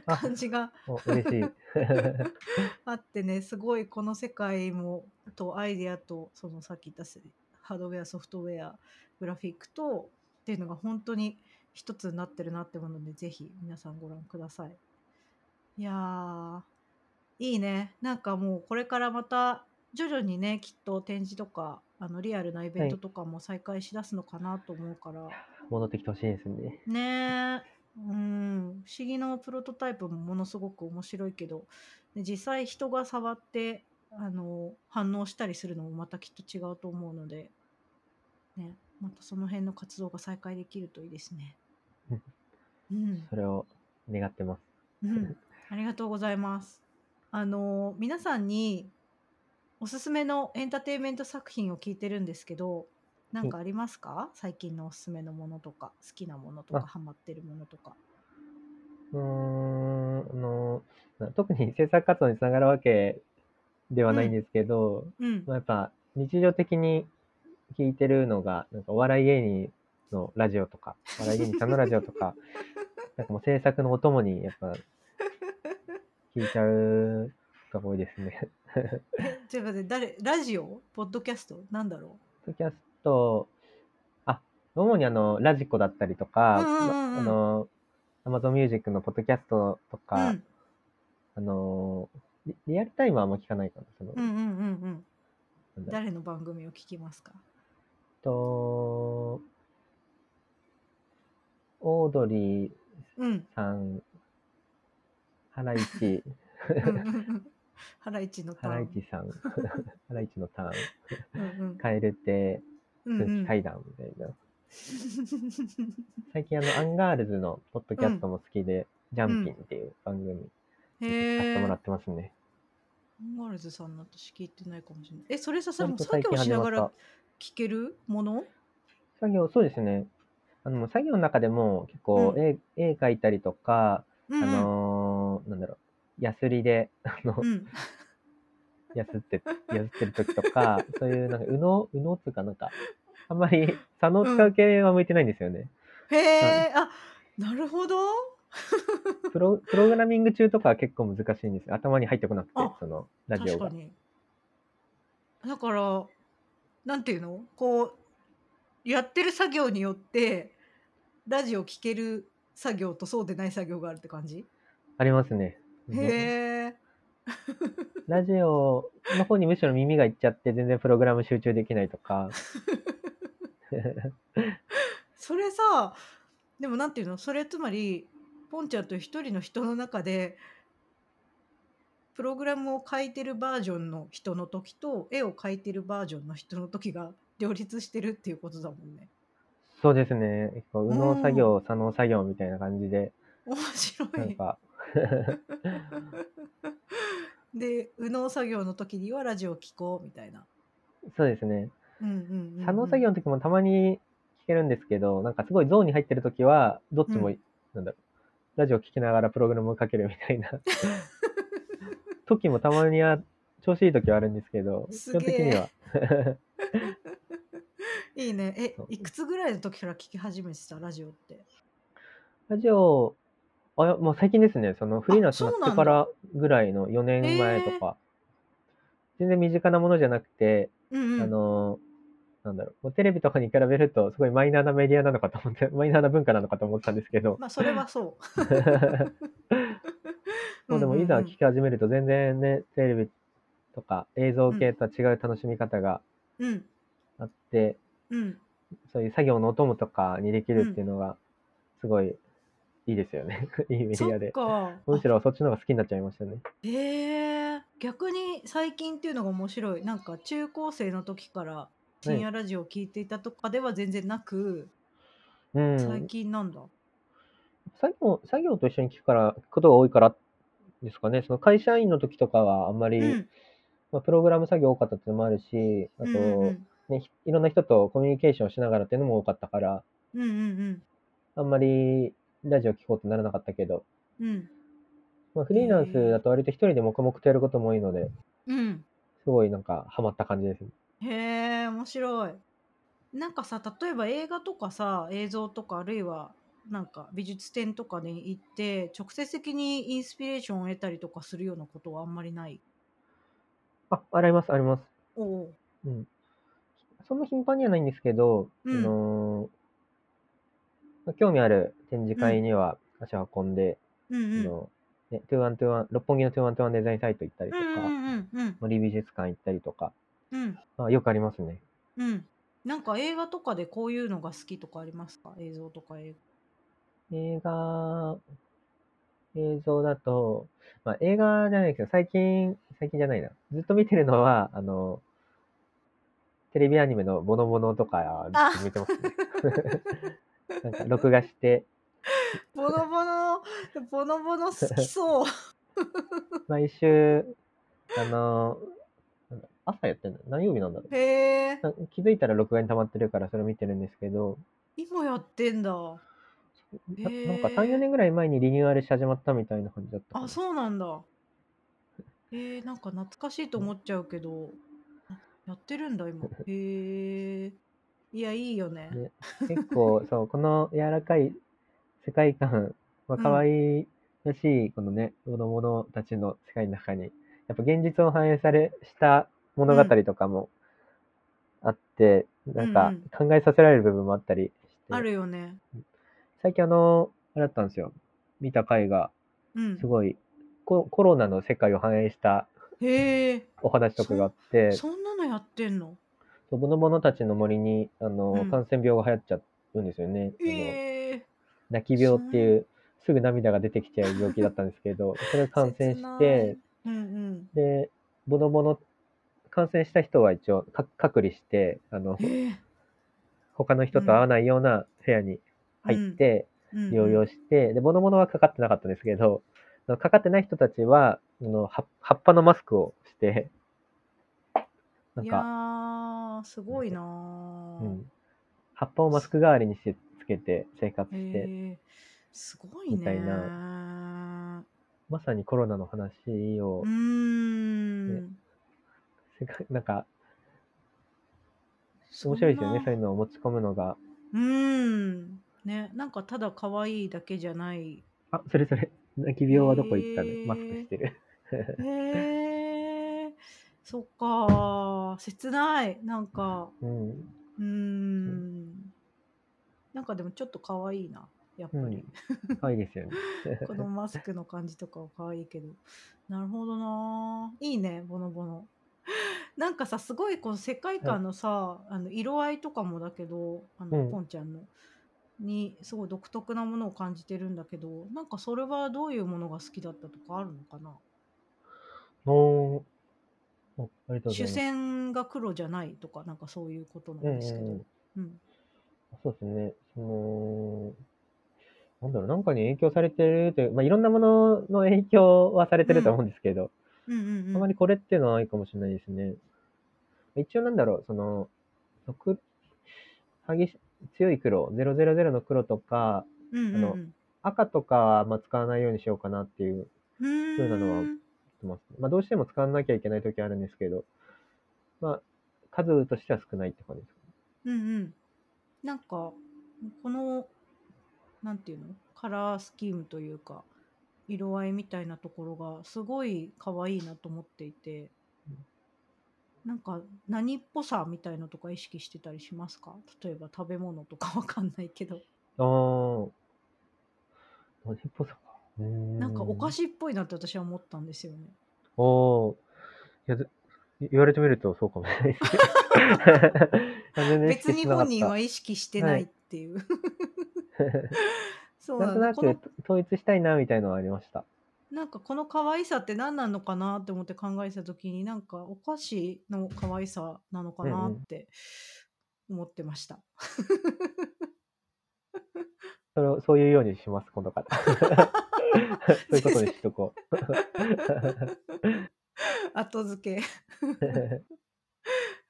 Speaker 2: あ、
Speaker 1: 感じが
Speaker 2: お嬉しい。
Speaker 1: あってねすごいこの世界もとアイデアとそのさっき言ったせハードウェアソフトウェアグラフィックとっていうのが本当に一つになってるなって思うのでぜひ皆さんご覧ください。いやーいいねなんかもうこれからまた徐々にねきっと展示とかあのリアルなイベントとかも再開しだすのかなと思うから、
Speaker 2: 戻ってきてほしいですね。
Speaker 1: ねえ、うん、不思議のプロトタイプもものすごく面白いけど、ね実際人が触ってあの反応したりするのもまたきっと違うと思うので、ね、またその辺の活動が再開できるといいですね。うん、
Speaker 2: それを願ってます。
Speaker 1: うん、ありがとうございます。あの皆さんにおすすめのエンターテインメント作品を聞いてるんですけど、なんかありますか？最近のおすすめのものとか、好きなものとか、
Speaker 2: あ
Speaker 1: ハマってるものとか。
Speaker 2: うーん、あの、特に制作活動につながるわけではないんですけど、
Speaker 1: うん
Speaker 2: まあ、やっぱ日常的に聞いてるのが、なんかお笑い芸人のラジオとか、お笑い芸人さんのラジオと か、なんかもう制作のお供にやっぱ聞いちゃうことが多いですね。
Speaker 1: え、ちょっと待って、誰、ラジオポッドキャストなんだろ
Speaker 2: ポッドキャスト、あ、主にあの、ラジコだったりとか、
Speaker 1: うんうんうんうん
Speaker 2: まあの、アマゾンミュージックのポッドキャストと
Speaker 1: うう
Speaker 2: か、
Speaker 1: ん、
Speaker 2: あのリ、リアルタイムはあんま聞かないかな。その、
Speaker 1: うんうんうんうん。
Speaker 2: なんだろう
Speaker 1: 誰の番組を聞きますか
Speaker 2: と、オードリー
Speaker 1: うん。
Speaker 2: さん、ハライチ、
Speaker 1: うんうんうんハライチのタ
Speaker 2: ハ
Speaker 1: ーン。
Speaker 2: ライチさん、 ハライチのターン、
Speaker 1: うん
Speaker 2: 蛙亭、
Speaker 1: うん。うんう
Speaker 2: 空気
Speaker 1: ん。
Speaker 2: 階段みたいな。最近あの、アンガールズのポッドキャストも好きで、ジャンピンっていう番組、
Speaker 1: へ
Speaker 2: 聞かせてもら
Speaker 1: え
Speaker 2: っ。てますね。
Speaker 1: アンガールズさんの私聞いてないかもしれない。え、それさ、さ
Speaker 2: 割と
Speaker 1: 作
Speaker 2: 最
Speaker 1: 業
Speaker 2: 近
Speaker 1: し
Speaker 2: 始
Speaker 1: な
Speaker 2: ま
Speaker 1: が
Speaker 2: った
Speaker 1: ら。聞けるもの
Speaker 2: 作業、そうですね。あの、作業の中でも結構
Speaker 1: うん
Speaker 2: 絵、絵描いたりとか、
Speaker 1: うん
Speaker 2: あ
Speaker 1: うん。
Speaker 2: のーなんだろう、ヤスリで、あの、
Speaker 1: うん。
Speaker 2: やす って、やすってる時とか、そういう、なんか、右脳、右脳っていうかなんか、あんまり、左脳使う系は向いてないんですよね。
Speaker 1: へえ、あ、なるほど。
Speaker 2: プロ、プログラミング中とかは結構難しいんですよ。頭に入ってこなくて
Speaker 1: あ、
Speaker 2: その、ラジ
Speaker 1: 確
Speaker 2: オ
Speaker 1: か
Speaker 2: が。
Speaker 1: に。だから、なんていうのこう、やってる作業によって、ラジオ聞ける作業とそうでない作業があるって感じ
Speaker 2: ありますね。ね
Speaker 1: へえ。
Speaker 2: ラジオの方にむしろ耳がいっちゃって、全然プログラム集中できないとか。
Speaker 1: それさでもなんていうのそれつまりポンちゃんと一人の人の中でプログラムを書いてるバージョンの人の時と絵を描いてるバージョンの人の時が両立してるっていうことだもんね。
Speaker 2: そうですね。結構右脳作業、左脳作業みたいな感じで、
Speaker 1: 面白
Speaker 2: なん
Speaker 1: い。
Speaker 2: か、
Speaker 1: で右脳作業の時にはラジオを聴こうみたいな。
Speaker 2: そうですね。
Speaker 1: うんうんうんうん
Speaker 2: 左脳作業の時もたまに聞けるんですけど、なんかすごいゾーンに入ってる時は、どっちもい、なんだろう、ラジオ聞きながらプログラムをかけるみたい な時もたまには、調子いい時はあるんですけど、基
Speaker 1: すげ
Speaker 2: 本
Speaker 1: え
Speaker 2: 的には、
Speaker 1: いいね。え
Speaker 2: そう
Speaker 1: いくつぐらいの時から聞き始めてたラジオって。
Speaker 2: ラジオ、あいやもう最近ですね、そのフリーランスに
Speaker 1: そう
Speaker 2: なっ
Speaker 1: なん
Speaker 2: て
Speaker 1: だ
Speaker 2: からぐらいの4年前とか、全然身近なものじゃなくて、
Speaker 1: うんうん、
Speaker 2: あの、なんだろう、もうテレビとかに比べると、すごいマイナーなメディアなのかと思って、 マイナーな文化なのかと思ったんですけ ど、
Speaker 1: まあそれ はそう。
Speaker 2: もうでもいざ
Speaker 1: うんうんうん
Speaker 2: 聞き始めると全然ね、テレビとか映像系とは違う楽しみ方が
Speaker 1: うん
Speaker 2: あって、
Speaker 1: うん
Speaker 2: そういう作業のお供とかにできるっていうのが、すごいいいですよね。 いいメデ
Speaker 1: そ
Speaker 2: ィア
Speaker 1: っ
Speaker 2: で。
Speaker 1: か
Speaker 2: むしろそっちの方が好きになっちゃいましたね。
Speaker 1: へえ逆に最近っていうのが面白いなんか中高生の時から深夜ラジオを聞いていたとかでは全然なく、
Speaker 2: うん。
Speaker 1: 最近なんだ
Speaker 2: 作業、作業と一緒に聞くから、聞くことが多いからですかね。その会社員の時とかはあんまり、
Speaker 1: うん
Speaker 2: まあ、プログラム作業多かったっていうのもあるし、あと、
Speaker 1: うんうん
Speaker 2: ね、ひいろんな人とコミュニケーションしながらっていうのも多かったから、
Speaker 1: うんうん
Speaker 2: あんまりラジオ聞こうとならなかったけど、
Speaker 1: うんうん
Speaker 2: まあ、フリーランスだと割と一人で黙々とやることも多いので、
Speaker 1: うん
Speaker 2: すごいなんかハマった感じです。
Speaker 1: へえ面白いなんかさ例えば映画とかさ映像とかあるいはなんか美術展とかに行って直接的にインスピレーションを得たりとかするようなことはあんまりない
Speaker 2: あ、あります、あります。
Speaker 1: おおう
Speaker 2: うん。そんな頻繁にはないんですけど、
Speaker 1: うん
Speaker 2: あのー興味ある展示会には足を運んで、
Speaker 1: うんう
Speaker 2: あ
Speaker 1: ん
Speaker 2: の、ね、2121、六本木の2121デザインサイト行ったりと
Speaker 1: う
Speaker 2: か、
Speaker 1: んうんうん
Speaker 2: 森美術館行ったりとか、
Speaker 1: うんうん
Speaker 2: まあ、よくありますね。
Speaker 1: うん。なんか映画とかでこういうのが好きとかありますか映像とか映
Speaker 2: 映画、映像だと、まあ、映画じゃないけど、最近、最近じゃないな。ずっと見てるのは、あの、テレビアニメのボノボノとか、
Speaker 1: あ
Speaker 2: ずっと見てますね。 なんか、録画して、
Speaker 1: 画。ボノボノ、ボノボノ好きそう。
Speaker 2: 毎週、あの、なんだ朝やってんの何曜日なんだろう
Speaker 1: へえ。
Speaker 2: な気づいたら録画に溜まってるから、それを見てるんですけど、
Speaker 1: 今やってんだ。
Speaker 2: な
Speaker 1: へえ
Speaker 2: なんか3、4年ぐらい前にリニューアルし始まったみたいな感じだったかな
Speaker 1: あ、そうなん だ。えー、なんか懐かしいと思っちゃうけど、あやってるんだ 今。へえ。いや、いいよね。
Speaker 2: ね結構そうこの柔らかい世界観、まあ、
Speaker 1: うん
Speaker 2: 可愛らしいこのね子供のたちの世界の中にやっぱ現実を反映されした物語とかもあって、なんか考えさせられる部分もあったりして、
Speaker 1: あるよね。
Speaker 2: 最近あのあれだったんですよ見た回が
Speaker 1: うん
Speaker 2: す。ごいココロナの世界を反映した
Speaker 1: へえ。
Speaker 2: お話とかがあって
Speaker 1: そんなのやってんの
Speaker 2: そうボノボノたちの森にあの、
Speaker 1: うん
Speaker 2: 感染病が流行っちゃうんですよね。あの
Speaker 1: ええ。
Speaker 2: 泣き病っていうすぐ涙が出てきちゃう病気だったんですけどそれを感染して
Speaker 1: 切うんうん
Speaker 2: で、ボノボノ、感染した人は一応か隔離して、あの、
Speaker 1: へえ
Speaker 2: 他の人と会わないような部屋に入って、
Speaker 1: うんうん
Speaker 2: 療養して、で、ボノボノはかかってなかったんですけど、あのかかってない人たちは、あの葉葉っぱのマスクをして、なん
Speaker 1: いや
Speaker 2: か、
Speaker 1: ーすごいな
Speaker 2: う
Speaker 1: ー、
Speaker 2: ん、葉っぱをマスク代わりにしてつけて生活
Speaker 1: へ
Speaker 2: して、
Speaker 1: えすごいね
Speaker 2: みたいまさにコロナの話を、
Speaker 1: うーん
Speaker 2: 世界なんか、
Speaker 1: そん
Speaker 2: 面
Speaker 1: な
Speaker 2: 白いですよね、そういうのを持ち込むのが。
Speaker 1: うーんねなんかただ可愛いだけじゃない
Speaker 2: あ、それそれ、泣き病はどこ行ったの、
Speaker 1: へー
Speaker 2: マスクしてる。
Speaker 1: へえそっかー切ないなんか
Speaker 2: うん。
Speaker 1: うーんなんかでもちょっと可愛いなやっぱ
Speaker 2: う
Speaker 1: り、
Speaker 2: ん。可愛いですよね。
Speaker 1: このマスクの感じとかは可愛いけど。なるほどなぁいいね、ボノボノ。なんかさ、すごいこの世界観のさ、あの色合いとかもだけど、あの、
Speaker 2: うん
Speaker 1: ポンちゃんの、に、すごい独特なものを感じてるんだけど、なんかそれはどういうものが好きだったとかあるのかな
Speaker 2: おーおありがとうござい
Speaker 1: 主
Speaker 2: ます。
Speaker 1: 戦が黒じゃないとか、なんかそういうことな
Speaker 2: うんん
Speaker 1: で
Speaker 2: う
Speaker 1: すけど。
Speaker 2: んうん。
Speaker 1: うん。
Speaker 2: そうですね。その、なんだろう、なんかに影響されてるという、まあ、いろんなものの影響はされてると思うんですけど、
Speaker 1: うんうんうん。
Speaker 2: あまりこれっていうのはないかもしれないですね。一応なんだろう、その、毒激し強い黒、000の黒とか、
Speaker 1: うんうん
Speaker 2: あの赤とかはあんま使わないようにしようかなっていう、
Speaker 1: うん、
Speaker 2: そういうのはますまあ、どうしても使わなきゃいけない時はあるんですけど、まあ、数としては少ないって感じですかね。
Speaker 1: うんうん。なんか、この、なんていうのカラースキームというか、色合いみたいなところが、すごい可愛いなと思っていて、なんか、何っぽさみたいのとか意識してたりしますか例えば食べ物とか わかんないけど、
Speaker 2: あー、何っぽさか。うーん
Speaker 1: なんかお菓子っぽいなって私は思ったんですよね。
Speaker 2: おーいやず言われてみるとそうかもしれないですね全然意
Speaker 1: 別
Speaker 2: 識し
Speaker 1: に
Speaker 2: てなかった
Speaker 1: 本人は意識してないっていう。 そう
Speaker 2: なん
Speaker 1: な
Speaker 2: と
Speaker 1: ん
Speaker 2: な
Speaker 1: だ。この
Speaker 2: く統一したいなみたいのはありました。
Speaker 1: なんかこの可愛さって何なのかなって思って考えた時になんかお菓子の可愛さなのかなって思ってました。
Speaker 2: それをそういうようにします、今 度から。そういうことにしとこう。
Speaker 1: 後付け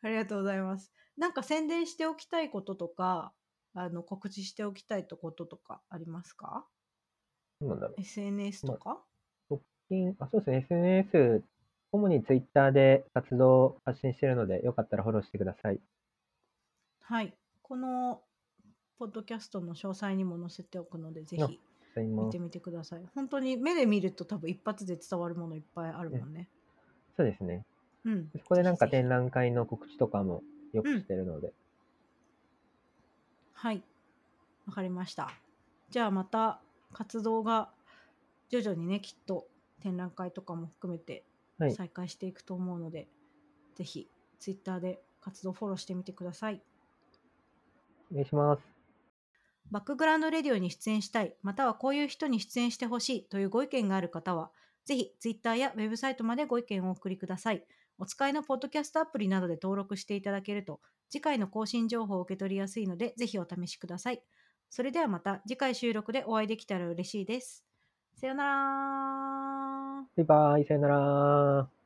Speaker 1: ありがとうございます。なんか宣伝しておきたいこととかあの告知しておきたいとこととかありますか
Speaker 2: どうなんだろう。
Speaker 1: ?SNS とか、
Speaker 2: うんあそうですね、SNS、主に Twitter で活動を発信しているので、よかったらフォローしてください。
Speaker 1: はい。このポッドキャストの詳細にも載せておくのでぜ
Speaker 2: あ
Speaker 1: ひ
Speaker 2: あり
Speaker 1: 見
Speaker 2: がとうござ
Speaker 1: て
Speaker 2: います
Speaker 1: みてください。本当に目で見ると多分一発で伝わるものいっぱいあるもんね。
Speaker 2: そうですね。
Speaker 1: うん、
Speaker 2: そこでなんか
Speaker 1: ぜひぜひ
Speaker 2: 展覧会の告知とかもよくしてるので。
Speaker 1: はいわかりましたじゃあまた活動が徐々にねきっと展覧会とかも含めて
Speaker 2: はい
Speaker 1: 再開していくと思うので、ぜひツイッターで活動フォローしてみてください
Speaker 2: お願いします。
Speaker 1: バックグラウンドレディオに出演したいまたはこういう人に出演してほしいというご意見がある方はぜひツイッターやウェブサイトまでご意見をお送りくださいお使いのポッドキャストアプリなどで登録していただけると次回の更新情報を受け取りやすいのでぜひお試しくださいそれではまた次回収録でお会いできたら嬉しいですさようなら
Speaker 2: バイバイ、さよなら。